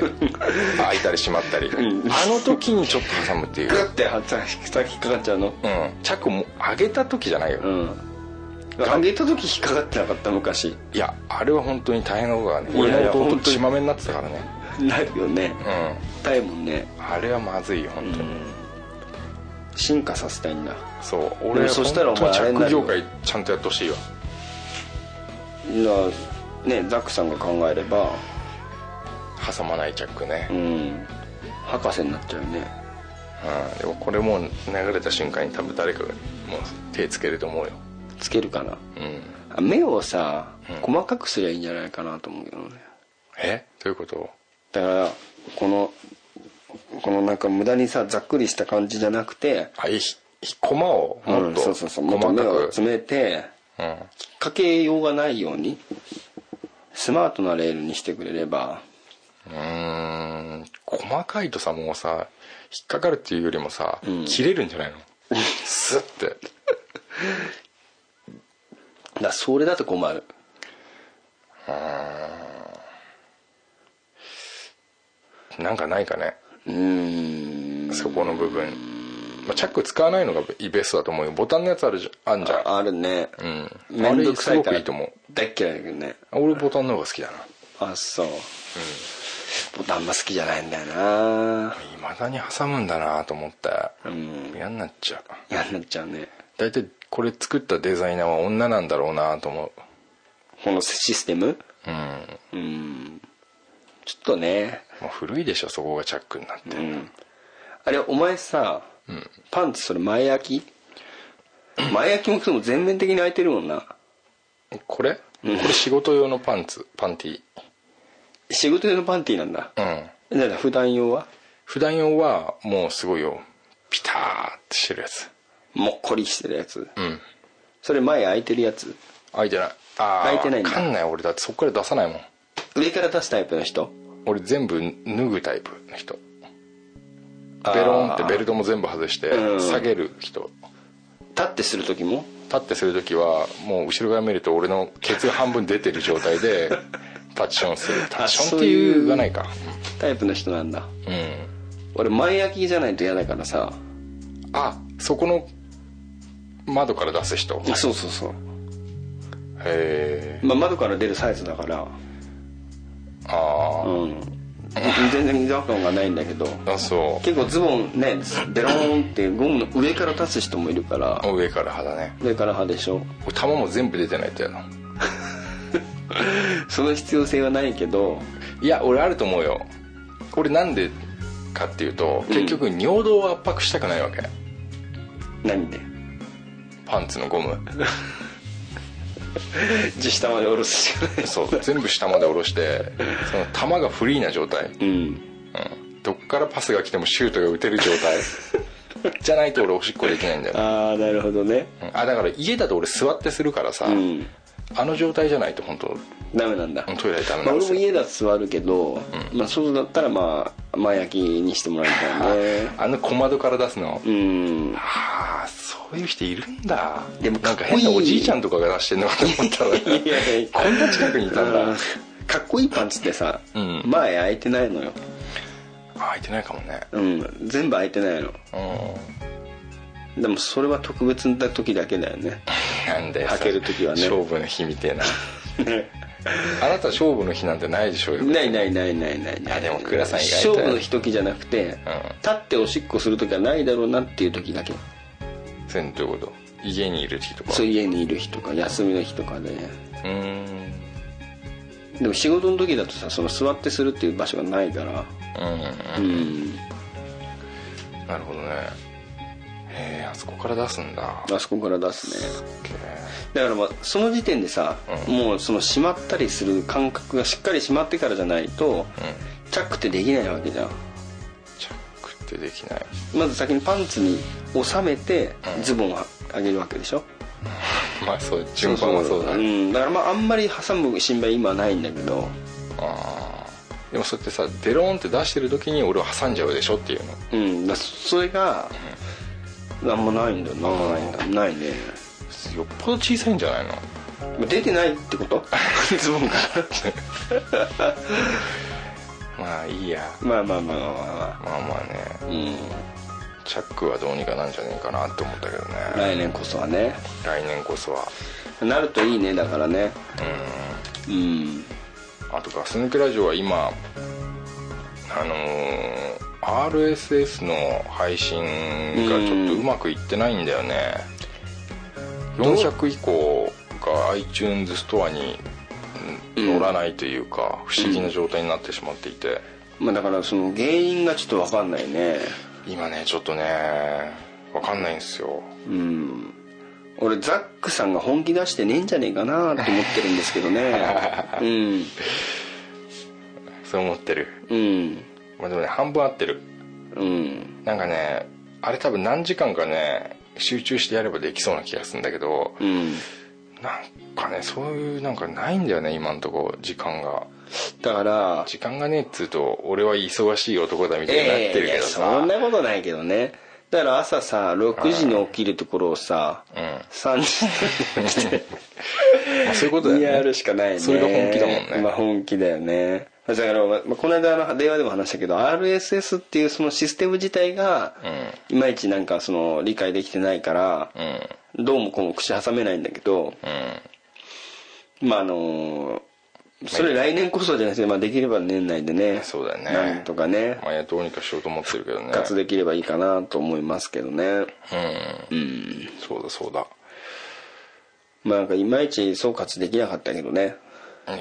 開いたり閉まったり、
うん
あの時にちょっと挟むっていう
グッてはささ引っかかっちゃうの
うん、チャックも上げた時じゃないよ、
うん上げた時引っかかってなかった昔
いやあれは本当に大変なことだね
いやいや
俺の弟
本当に
血まめになってたからね
なるよね
う
痛いもんね
んあれはまずいよ本当に、
進化させたいんだ
そう
で
俺
も
は
そしたらお前
本当に
あれに
チャッ
な
ク
るよ
業界ちゃんとやってほしいわ
なねザックさんが考えれば
挟まないチャックね
う、ん博士になっちゃうね
うん、でもこれもう流れた瞬間に多分誰かがもう手つけると思うよ
つけるかな
うん
あ目をさ
うん
細かくすりゃいいんじゃないかなと思うけどね
えどういうこと
だからこのこのなんか無駄にさざっくりした感じじゃなくて
あいい駒をも
う
っ
ん
と
そうそうそうもっと
細
目
か
を
く
詰めて
うん
かけようがないようにスマートなレールにしてくれれば
うーん細かいとさもうさ引っかかるっていうよりもさ、
うん
切れるんじ ゃないのスッて
だからそれだと困る
なんかないかね
うーん
そこの部分、まあ、チャック使わないのがベストだと思うよボタンのやつあるじゃんあんじゃん
ああるね
うん
めんどくさい
あれすご
か
く
ら
いいと思う
大っ嫌いだけどね
俺ボタンの方が好きだな
あそう、ボタンあんま好きじゃないんだよない
まだに挟むんだなと思って
うん
嫌になっちゃう
嫌になっちゃうね
大体これ作ったデザイナーは女なんだろうなと思う
このシステム
うん
うんちょっとね
もう古いでしょそこがチャックになって、
うんあれお前さ、パンツそれ前焼き前焼きもくても全面的に開いてるもんな
これ、これ仕事用のパンツパンティ
仕事用のパンティーなんだ、
うん
だから普段用は
普段用はもうすごいよピターってしてるやつ
もっこりしてるやつ
うん
それ前開いてるやつ
開いてないああ
開いてないんだ
かんない俺だってそこから出さないもん
上から出すタイプの人
俺全部脱ぐタイプの人ベロンってベルトも全部外して
うん
下げる人
立ってする時も
立ってする時はもう後ろから見ると俺のケツが半分出てる状 態でタッチションするタッチションっていうがないか
タイプの人なんだ
うん
俺前焼きじゃないと嫌だからさ
あそこの窓から出す人へ
そうそうそう、
え
まあ、窓から出るサイズだから
あ
う
ー
ん全然違和感がないんだけど
あそ
結構ズボンねベローンってゴムの上から立つ人もいるから
う上から肌ね
上から派でしょ
俺玉も全部出てないってやな。
その必要性はないけど
いや俺あると思うよ俺なんでかっていうと結局尿道を圧迫したくないわけ、
何で
パンツのゴム
実下まで下ろすしかない
そう全部下まで下ろしてその球がフリーな状態、
うん
うん、どっからパスが来てもシュートが打てる状 態じゃないと俺おしっこできないんだよ、
ああなるほどね
うんあだから家だと俺座ってするからさ、
うん
あの状態じゃないと本当
ダメなんだ
トイレダメ
ま
な
あ、
ん
俺
です
も
よ、
家だと座るけど、まあ外だったらまあ前焼きにしてもらいたいね
あの小窓から出すの、
うん
ああそういう人いるんだ
でも
な
か
ん
っ
か
こいい
変なおじいちゃんとかが出してんのかと思ったら
いやいや
こんな近くにいたんだ
うんかっこいいパンツってさ、
うん
前開いてないのよ、
あ開いてないかもね
うん、全部開いてないの
う
でもそれは特別な時だけだよね
んなんで
開ける時はね
勝負の日みてえ なあなた勝負の日なんてないでしょうよ
ないないないないないない
あでも倉さん意外と
勝負の日時じゃなくて、立っておしっこする時はないだろうなっていう時だけ
それどういうこと家にいる日とか
そう家にいる日とか休みの日とかで、
うーん
でも仕事の時だとさその座ってするっていう場所がないからうん、
なるほどねへえあそこから出すんだ
あそこから出すねだからまあその時点でさ、もうその閉まったりする感覚がしっかり閉まってからじゃないと、チャックってできないわけじゃん
チャックってできない
まず先にパンツに収めてズボンを上げるわけでしょ
まあそう順番はそうだね
ん、だからまああんまり挟む心配今はないんだけど
あーでもそうやってさデローンって出してる時に俺を挟んじゃうでしょっていうの
うんだそれがなんもないんだよな
もないんだ
ないね
よっぽど小さいんじゃないの
出てないってことズボンか
まあいいや
らまあまあまあまあま
まあまあね
あうん
チャックはどうにかなんじゃねえかなって思ったけどね
来年こそはね
来年こそは
なるといいねだからねうん
あとガス抜けラジオは今あのー RSS の配信がちょっとうまくいってないんだよね
どう
400以降が iTunes ストアにうん乗らないというか不思議な状態になってしまっていて
まあだからその原因がちょっと分かんないね
今ねちょっとねわかんないんですよ
うん俺ザックさんが本気出してねえんじゃねえかなと思ってるんですけどねうん
そう思ってる
うん
まあでもね半分合ってる
うん
なんかねあれ多分何時間かね集中してやればできそうな気がするんだけど
うん
なんかねそういうなんかないんだよね今んとこ時間が
だから
時間がねえっつうと俺は忙しい男だみたいになってるけどさ、
いやいやそんなことないけどねだから朝さ6時に起きるところをさ、3時に起きて
まあそういうことだよね
やるしかないね
それが本気だもんね
まあ本気だよねだから、まあ、この間の電話でも話したけど RSS っていうそのシステム自体が、いまいちなんかその理解できてないから、どうもこうも口挟めないんだけど、まああのーそれ来年こそじゃなくて、まあ、できれば年内でね
そうだよね
なんとかね
まあいやどうにかしようと思ってるけどね
復活できればいいかなと思いますけどね
そうだそうだ
まあなんかいまいち総括できなかったけどね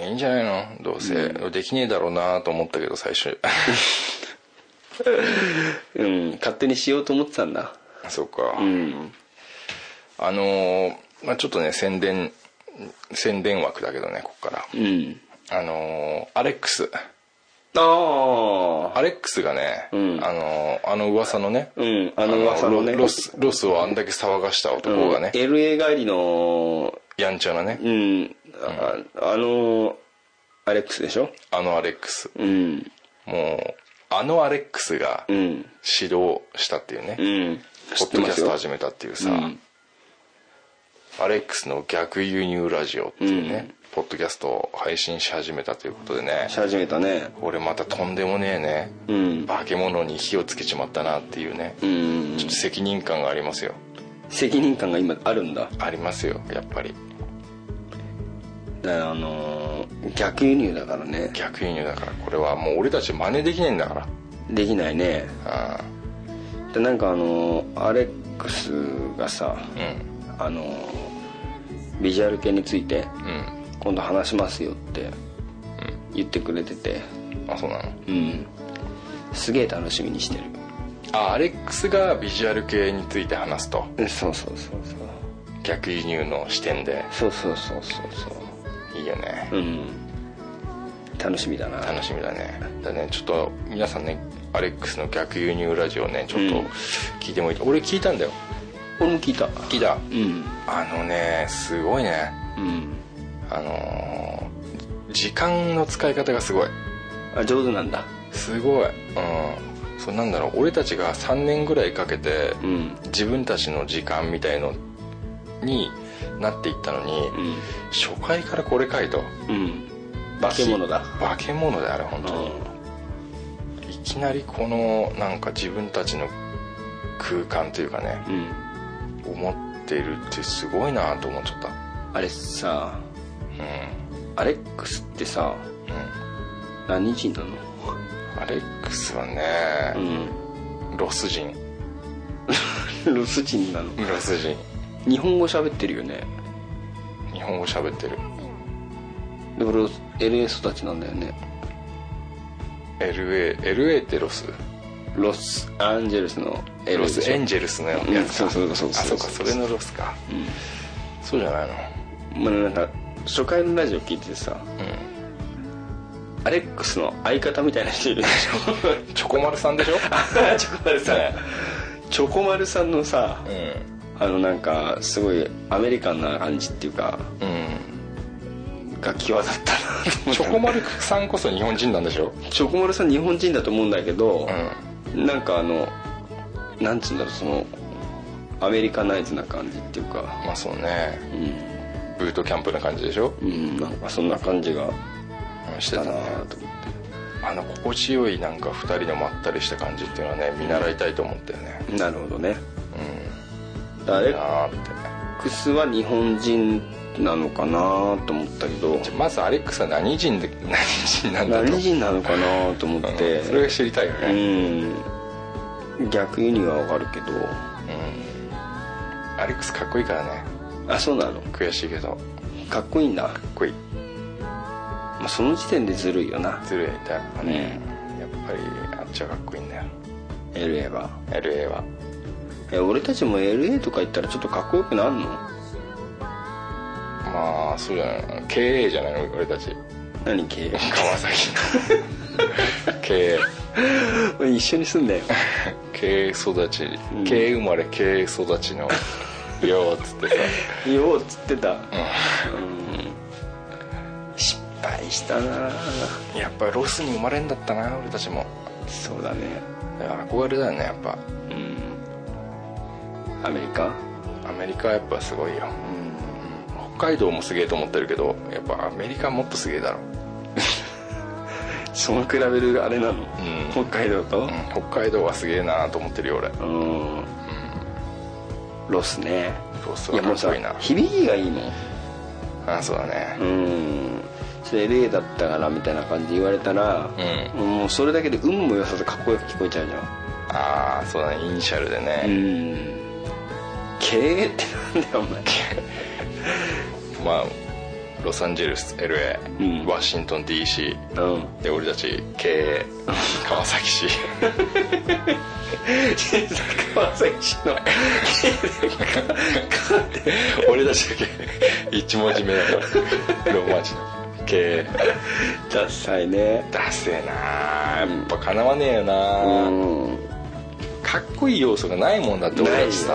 いいんじゃないのどうせ、できねえだろうなと思ったけど 最初
うん勝手にしようと思ってたんだ
そうか、
うん
あのーまあ、ちょっとね宣伝宣伝枠だけどねここから
うん
あのーアレックス
ああ
アレックスがね、
ん
あのーあの噂のね、
うんあの噂のね
ロロスロスをあんだけ騒がした男がね、
LA 帰りの
やんちゃなね
うんあ,、あのアレックスでしょ
あのアレックス
うん
もうあのアレックスが
うん
指導したっていうね、
うん
ポッドキャスト始めたっていうさ、
うん
アレックスの逆輸入ラジオっていうね、ポッドキャストを配信し始めたということでね
し始めたね
俺またとんでもねえね、
うん
化け物に火をつけちまったなっていうね、
うん
ちょっと責任感がありますよ
責任感が今あるんだ
ありますよやっぱり
だからあのー逆輸入だからね
逆輸入だからこれはもう俺たち真似できねえんだか
できないね
ら
でなんかあのアレックスがさ
うんうん
あのビジュアル系について
うん
今度話しますよって言ってくれてて
あそうなの
うんすげえ楽しみにしてる
あアレックスがビジュアル系について話すと
うんそうそうそうそう
逆輸入の視点で
そうそうそうそうそ
いいよね
ううん楽しみだな
楽しみだねだねちょっと皆さんねアレックスの逆輸入ラジオねちょっと聞いてもいい、俺聞いたんだよ
俺も聞いた
聞いた
うん
あのねすごいね
うん
あのー時間の使い方がすごい
あ上手なんだ
すごいうんそうなんだろう俺たちが3年ぐらいかけて
うん
自分たちの時間みたいのになっていったのに、
うん
初回からこれかいと
うん化け物だ
化け物だよあれ本当に、いきなりこのなんか自分たちの空間というかね
うん
思ってるってすごいなと思っちゃった
あれさ
うん
アレックスってさ
うん
何人なの
アレックスはね、ロス人
うんロス人なの
ロス人
日本語喋ってるよね
日本語喋ってる
で俺 LA 育ちなんだよね
LA, LA ってロス
ロスアンジェルスの LA
ロスエン
ジ
ジェルスのやつ
う
か、
んそうそうそうそう
あそうかそれのロスか、そうじゃない
ま
の
あなんか初回のラジオ聞いててさアレックスの相方みたいな人いるでしょ
チョコマルさんでしょ
チョコマルさん、
ね
チョコマルさんのさ
うん
あのなんかすごいアメリカンな感じっていうか
うん
が際立ったなと思って
チョコマルさんこそ日本人なんでしょ
チョコマルさん日本人だと思うんだけど
う、ん
なんかあのなんつうんだろうそのアメリカナイズな感じっていうか
まあそうね
うん、
ブートキャンプな感じでしょ
うん、なんかそんな感じが
うんし
してた
た
な
ね
と思
あの心地よいなんか2人のまったりした感じっていうのはね見習いたいと思ったよね
ってなるほどね
う
アレ
ん
ッ
なあって
クスは日本人なのかなと思ったけど
じゃあまずアレックスは何人で何人なんだと
何人なのかなと思っ
う
て
んそれが知りたいよ
う
ね
ん逆輸入はわかるけど
アレックスかっこいいからね
あそうなの
悔しいけどか
かっこいいんだ、
っこいい
まあ、その時点でずるいよな
ずるいだからね、やっぱりあっちはかっこいいんだよ
LA は
LA は
え俺たちも LA とか行ったらちょっとかっこよくなんの
まあそうじゃないの経営じゃないの俺たち
何経
川崎 経営
営 一緒に住んだよ
経営育ち、
うん
経営生まれ経営育ちのよーっつってさ
ようっつってたうん失敗したな
やっぱロスに生まれんだったな俺たちも
そうだね
憧れだよねやっぱ
うんアメリカ
アメリカはやっぱすごいよ、北海道もすげえと思ってるけどやっぱアメリカもっとすげえだろ、
その比べるあれなの、北海道と
うん北海道はすげえなと思ってるよ俺
うん、ロスね
ロス
い
は
や
か
もう
っこ
さ
いいな
響きがいいもん
あそうだね
うんそれ LA だったからみたいな感じ言われたら、
う
もうそれだけで運も良さとかっこよく聞こえちゃうじゃん
ああそうだねイニシャルで
う
ね、
ん経営ってなんだよお前
まあロサンゼルス LA、
うん
ワシントン DC
うん
で俺たち経営川崎市
川崎市の
俺たちだけ一文字目だからローマ字の経営
ダサいね
ダセえなやっぱかなわねえよな、
うん
かっこいい要素がないもんだって俺たちさ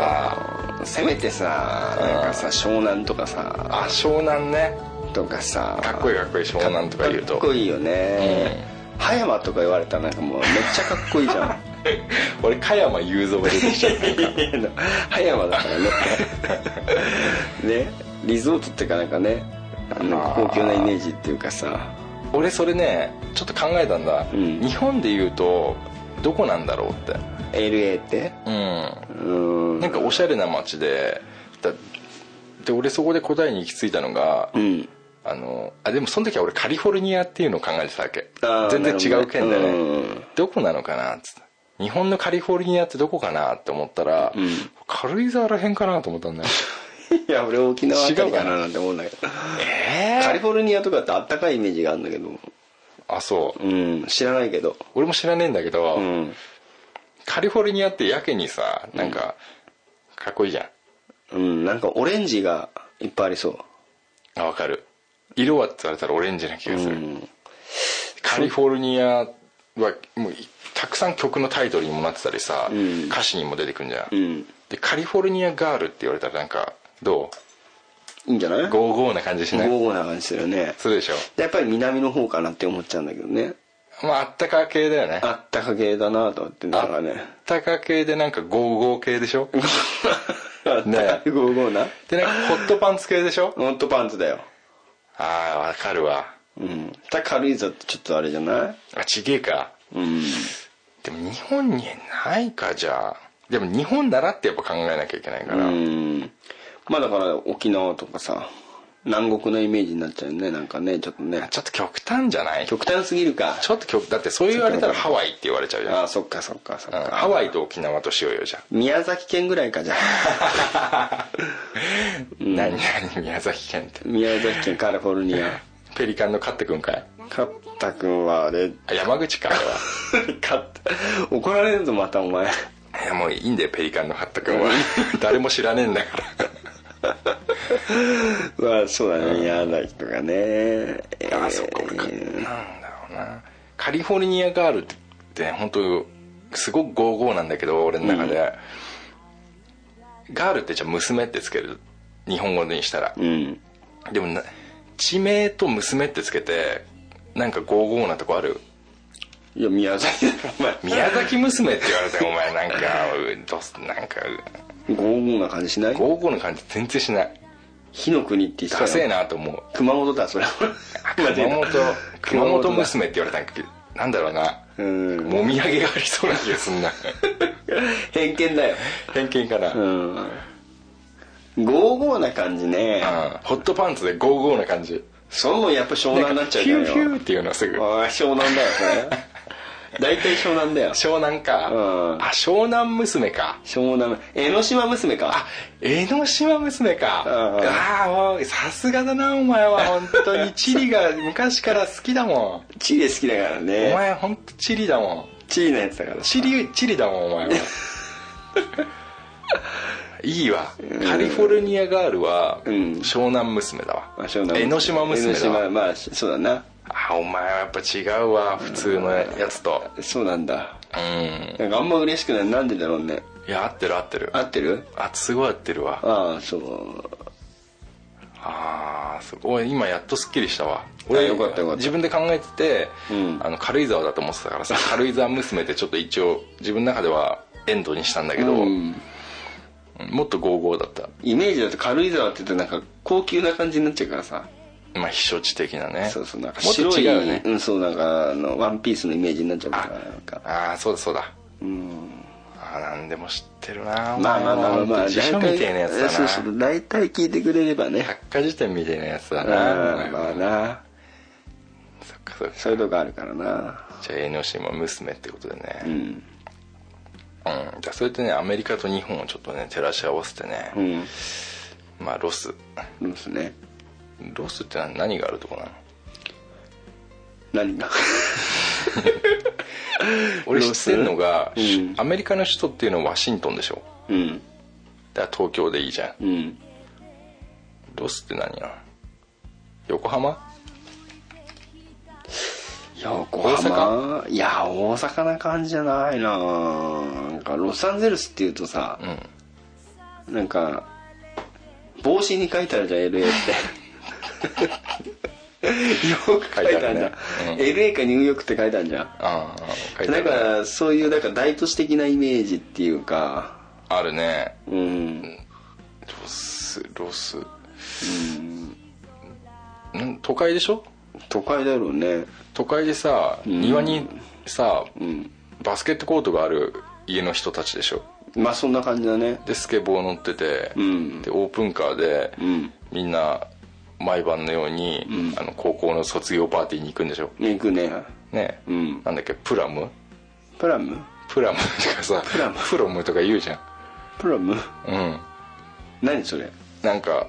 させめてさなんかさ湘南とかさ
あ湘南ね
とかさ
かっこいいかっこいい湘南とか言うと
かっこいいよね、葉山とか言われたらなんかもうめっちゃかっこいいじゃん
俺加山雄三が出てきちゃう
葉山だ からねねリゾートってかなんかねあの
あー
高級なイメージっていうかさ
俺それねちょっと考えたんだ、
うん
日本で言うとどこなんだろうって
LA って
う
うん
んなんかおしゃれな街でだで俺そこで答えに行き着いたのが、
うん
あのあでもその時は俺カリフォルニアっていうのを考えてたわけ
あー
全然違う県でね
なるほどねうん
どこなのかなっつって日本のカリフォルニアってどこかなって思ったら、
ん
軽井沢らへんかなと思ったんだよ
いや俺沖縄あたりかななんて思うんだけど
え
カリフォルニアとかってあったかいイメージがあるんだけど
あそう
うん知らないけど
俺も知らねえんだけど、
うん
カリフォルニアってやけにさなんか、かっこいいじゃん
うんなんかオレンジがいっぱいありそう
あわかる色はって言われたらオレンジな気がする、
うん
カリフォルニアはもういたくさん曲のタイトルにもなってたりさ、
うん
歌詞にも出てくんじゃん、
うん
でカリフォルニアガールって言われたらなんかど
いいんじゃないう
ゴーゴーな感じしない
豪華な感じするよね
するでしょ
やっぱり南の方かなって思っちゃうんだけどね
まああったか系だよね
あったか系だなと思ってだ からね
あったか系でなんかゴーゴー系でしょ
あったかいゴーゴーな
でなんかホットパンツ系でしょ
ホットパンツだよ
ああわかるわ
うんだ軽井沢ってちょっとあれじゃない
あちげえか
うん
でも日本にないかじゃあでも日本ならってやっぱ考えなきゃいけないから、
うんまあだから沖縄とかさ南国のイメージになっちゃうよねなんかねちょっとね
ちょっと極端じゃないちょ
極端すぎるか
っと極だってそう言われたらハワイって言われちゃうじゃん
ああそっかそっかそっ
うん
か
ハワイと沖縄としようよじゃあ
宮崎県ぐらいかじゃあ
何何宮崎県って
宮崎県カリフォルニ ア
ペリカンの勝ってくんかい
勝ったくんはあれ
あ山口かあれ
勝った怒られるぞまたお前
はいやもういいんだよペリカンの勝ったくんは 誰も知らねえんだから
まあそうだね宮崎とかねえ
あ
ー
そこかなんだろうなカリフォルニアガールって本当すごくゴーゴーなんだけど俺の中で、ガールってじゃあ娘ってつける日本語にしたら
う、ん
でもな地名と娘ってつけてなんかゴーゴーなとこある
いや宮崎だろお前
宮崎娘って言われてお前 なんかうどうすなんか
ゴーゴーな感じしない
ゴーゴーの感じ全然しない
火の国って言ってた
ダ
よ
セえなと思う
熊本だそれは
熊本熊
熊
本
本
娘って言われたんだけどなんだろうな
うん
もみあげがありそうな気がすんな
偏見だよ
偏見かな、
う
うん
んゴーゴーな感じね
ホットパンツでゴーゴーな感じ
そんもんやっぱ湘南になっちゃう
ヒ
じゃん
ュ
よ
ーヒューっていうのはすぐ
ああ湘南だよそれ大体湘南だよ
湘南か、
うん
あ湘南娘か
湘南江ノ島娘か
江ノ島娘か、
うん
ああもうさすがだなお前は本当にチリが昔から好きだも
チリ好きだから
んお
ね
前本当チリだもん
チリのやつだから
チリチリだもんお前は いいわカリフォルニアガールは
うん
湘南娘だわ、
まあ湘南
江ノ島娘
江ノ
だわ
島まあそうだな
あお前はやっぱ違うわ普通のやつと
そうなんだ
うん
なんかあんま嬉しくないなんでだろうね
いや合ってる合ってる
合ってる
あすごい合ってるわ
ああそう
あーすごい今やっとすっきりしたわ
あよかったよかった
自分で考えてて、
うん
あの軽井沢だと思ってたか らさ軽井沢娘ってちょっと一応自分の中ではエンドにしたんだけど、
うん
もっとゴーゴーだった
イメージだと軽井沢って言うとなんか高級な感じになっちゃうからさ
まあ避暑地的なね
そうそうなんか
もっと
白い
違うよね
うんそうなんかあのワンピースのイメージになっちゃうからなんか
ああそうだそうだ
うん
あーなんでも知ってるな
まあまあまあまあまあ
辞書みたいなやつだな
そうそう大体聞いてくれればね
百科事典みたいなやつだな
ああまあな
そっかそっか
そういうとこあるからな
じゃあ江ノ島娘ってことでね
う
うん、
ん
じゃあそれとねアメリカと日本をちょっとね照らし合わせてね、
うん
まあロス
そうですね
ロスって何何があるとこなの
何が
俺知
ロ
っ
ス
てるのが、
うん
アメリカの首都っていうのはワシントンでしょ
うん
だから東京でいいじゃん
うん
ロスって何や横浜
横浜いや大阪な感じじゃないななんかロサンゼルスっていうとさ
う、ん
なんか帽子に書いてあるじゃん LA ってよ く書いてあるじゃん、
書いてあるねうん
LA かニューヨークって書いてあるじゃん
ああ書いてあ
だ
る
か
ね
らそういうなんか大都市的なイメージっていうか
あるね
うん
ロスロスうん都会でしょ
都会だろうね
都会でさ庭にさ、
ん
バスケットコートがある家の人たちでしょ
まあそんな感じだね
でスケボー乗ってて、
ん
でオープンカーで、
ん
みんな毎晩のように、あの高校の卒業パーティーに行くんでしょ
行くね
ね、
うん
なんだっけプラム
プラム
プラムとかさ
プラム
プロムとか言うじゃん
プラム
うん
何それ
なんか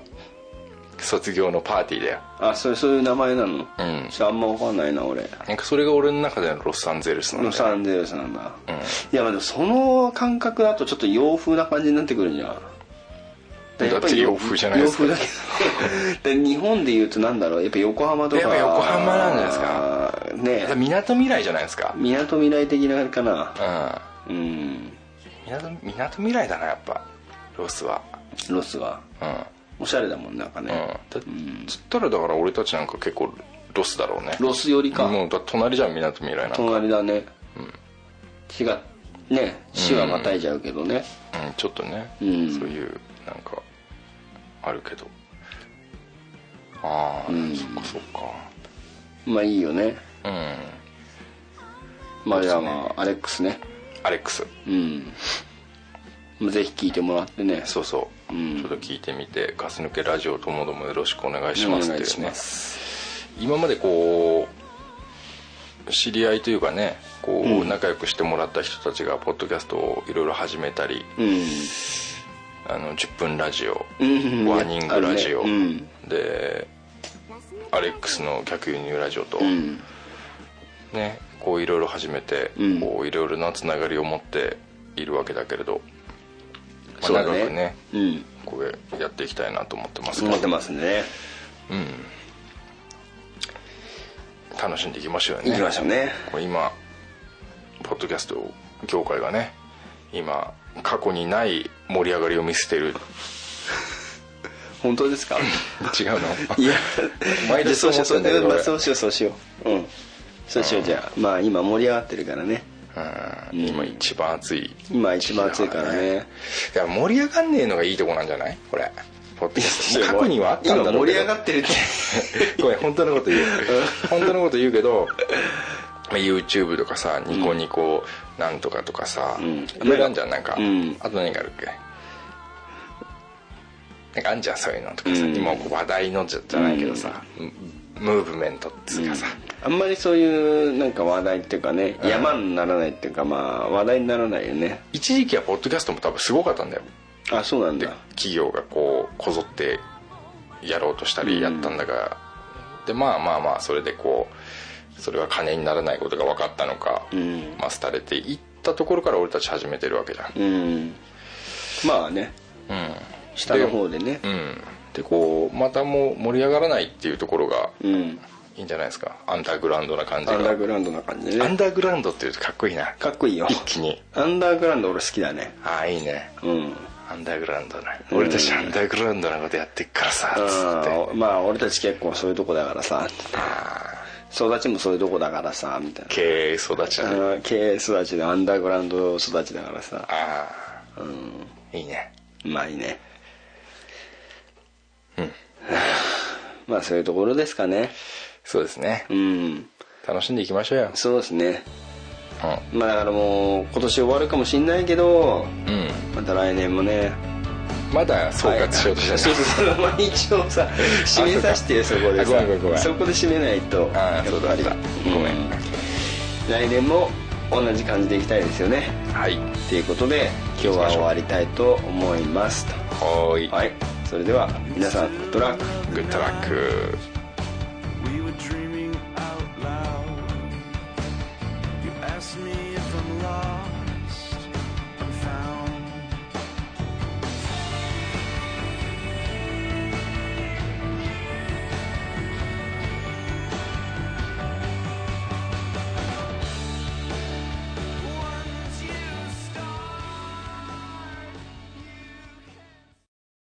卒業のパーティーだよ
あそれそういう名前なのうんあんま分かんないな俺
なんかそれが俺の中でのロサンゼルスなん
ロ
だよ
サンゼルスなんだ、いやまあでもその感覚だとちょっと洋風な感じになってくるんじゃんらやぱり
だって洋風じゃないですか
洋風だけどねで日本でいうとなんだろうやっぱ横浜とか
やっぱ横浜なんじゃないですか
ね
みなとみらいじゃないですか
みなとみらい的なかな
う
うん
んみなとみらいだなやっぱロスは
ロスは
うんうん
おしゃれだもんなんかね、
だつったらだから俺たちなんか結構ロスだろうね
ロス寄りか、
もうだ隣じゃんみなとみらいなんか、うん、
隣だね、市がね市はまたいじゃうけどね、
ちょっとね、
うん
そういうなんかあるけどああ、そっかそっか
まあいいよね
うん
まあじゃあまあアレックスね
アレックス
うんまあぜひ聞いてもらってね
そうそう、
うん
ちょっと聞いてみて「ガス抜けラジオともどもよろしくお願いします」
お願
って
い
い
し
うね
ます
今までこう知り合いというかねこう、
うん
仲良くしてもらった人たちがポッドキャストをいろいろ始めたり
うん
あの10分ラジオ、
うん
ワーニングラジオ、
あるね
でアレックスの客輸入ラジオと、
うんうん
ねこういろいろ始めて、
うん
こういろいろなつながりを持っているわけだけれど、まあ
そうだ
長
ね
くね
うん
これやっていきたいなと思ってますけど
思ってますね
楽しんでいきましょうよね
行きましょうね
これ今ポッドキャスト業界がね今過去にない盛り上がりを見せている
本当ですか
違うの
いや
毎年
じゃあそうしよう
そう思ってんだけど
まあ
俺
そうしようそうしよううんそうしようじゃあまあ今盛り上がってるからね
うん今一番熱い
今一番熱いからね
いや盛り上がんねえのがいいとこなんじゃないこれポッドキャスト過去にはあったんだろうけ
今
ど
盛り上がってるって
ごめん本当のこ と言う本当のこと言うけどまあ YouTube とかさニコニコなんとかとかさ
ん
いろいろあんじゃんなんか、
うん
あと何があるっけなんかあんじゃんそういうのとかさ、
うん
今こう話題のじゃじゃないけどさ、ムーブメントっつうかさ、
あんまりそういうなんか話題っていうかね山にならないっていうかまあ話題にならないよね
一時期はポッドキャストも多分すごかったんだよ
あそうなん
で
だ
企業がこうこぞってやろうとした
うん
りやったんだが、でまあまあまあそれでこうそれは金にならないことが分かったのか、
うん
まあ、廃れていったところから俺たち始めてるわけじゃん
うんまあね
うん
下の方でね
うんでこうまたもう盛り上がらないっていうところが
うん
いいんじゃないですかアンダーグラウンドな感じ
ア
が
ンダーグラウンドな感じ
ア
で
ン
ね
ダーグラウンドっていうとかっこいいな
かっこいいよ
一気に
アンダーグラウンド俺好きだね
ああいいね
うん
アンダーグラウンドな
うん
俺たちアンダーグラウンドなことやってっからさつって
あーまあ俺たち結構そういうとこだからさ育ちもそういうとこだからさみたいな
経営育ち
あ
だね
の経営育ちでアンダーグラウンド育ちだからさ
あ
うん
あいいね
まあいいね うんまあそういうところですかね
そうですね
うん
楽しんでいきましょうよ
そうですね
う
まあだからもう今年終わるかもしんないけど
ん、うん、
また来年もね
まだ総括しようとして
は
ない
いそうそうそうまあ一応さ締めさせてよそこでさ
あごめんごめんごめん
そこで締めないと
ああそうだった
やっぱり
ごめん
う来年も同じ感じでいきたいですよね
はい
っていうことで今日は終わりたいと思いますと
はーい
はいそれでは皆さんグッドラック
グッドラック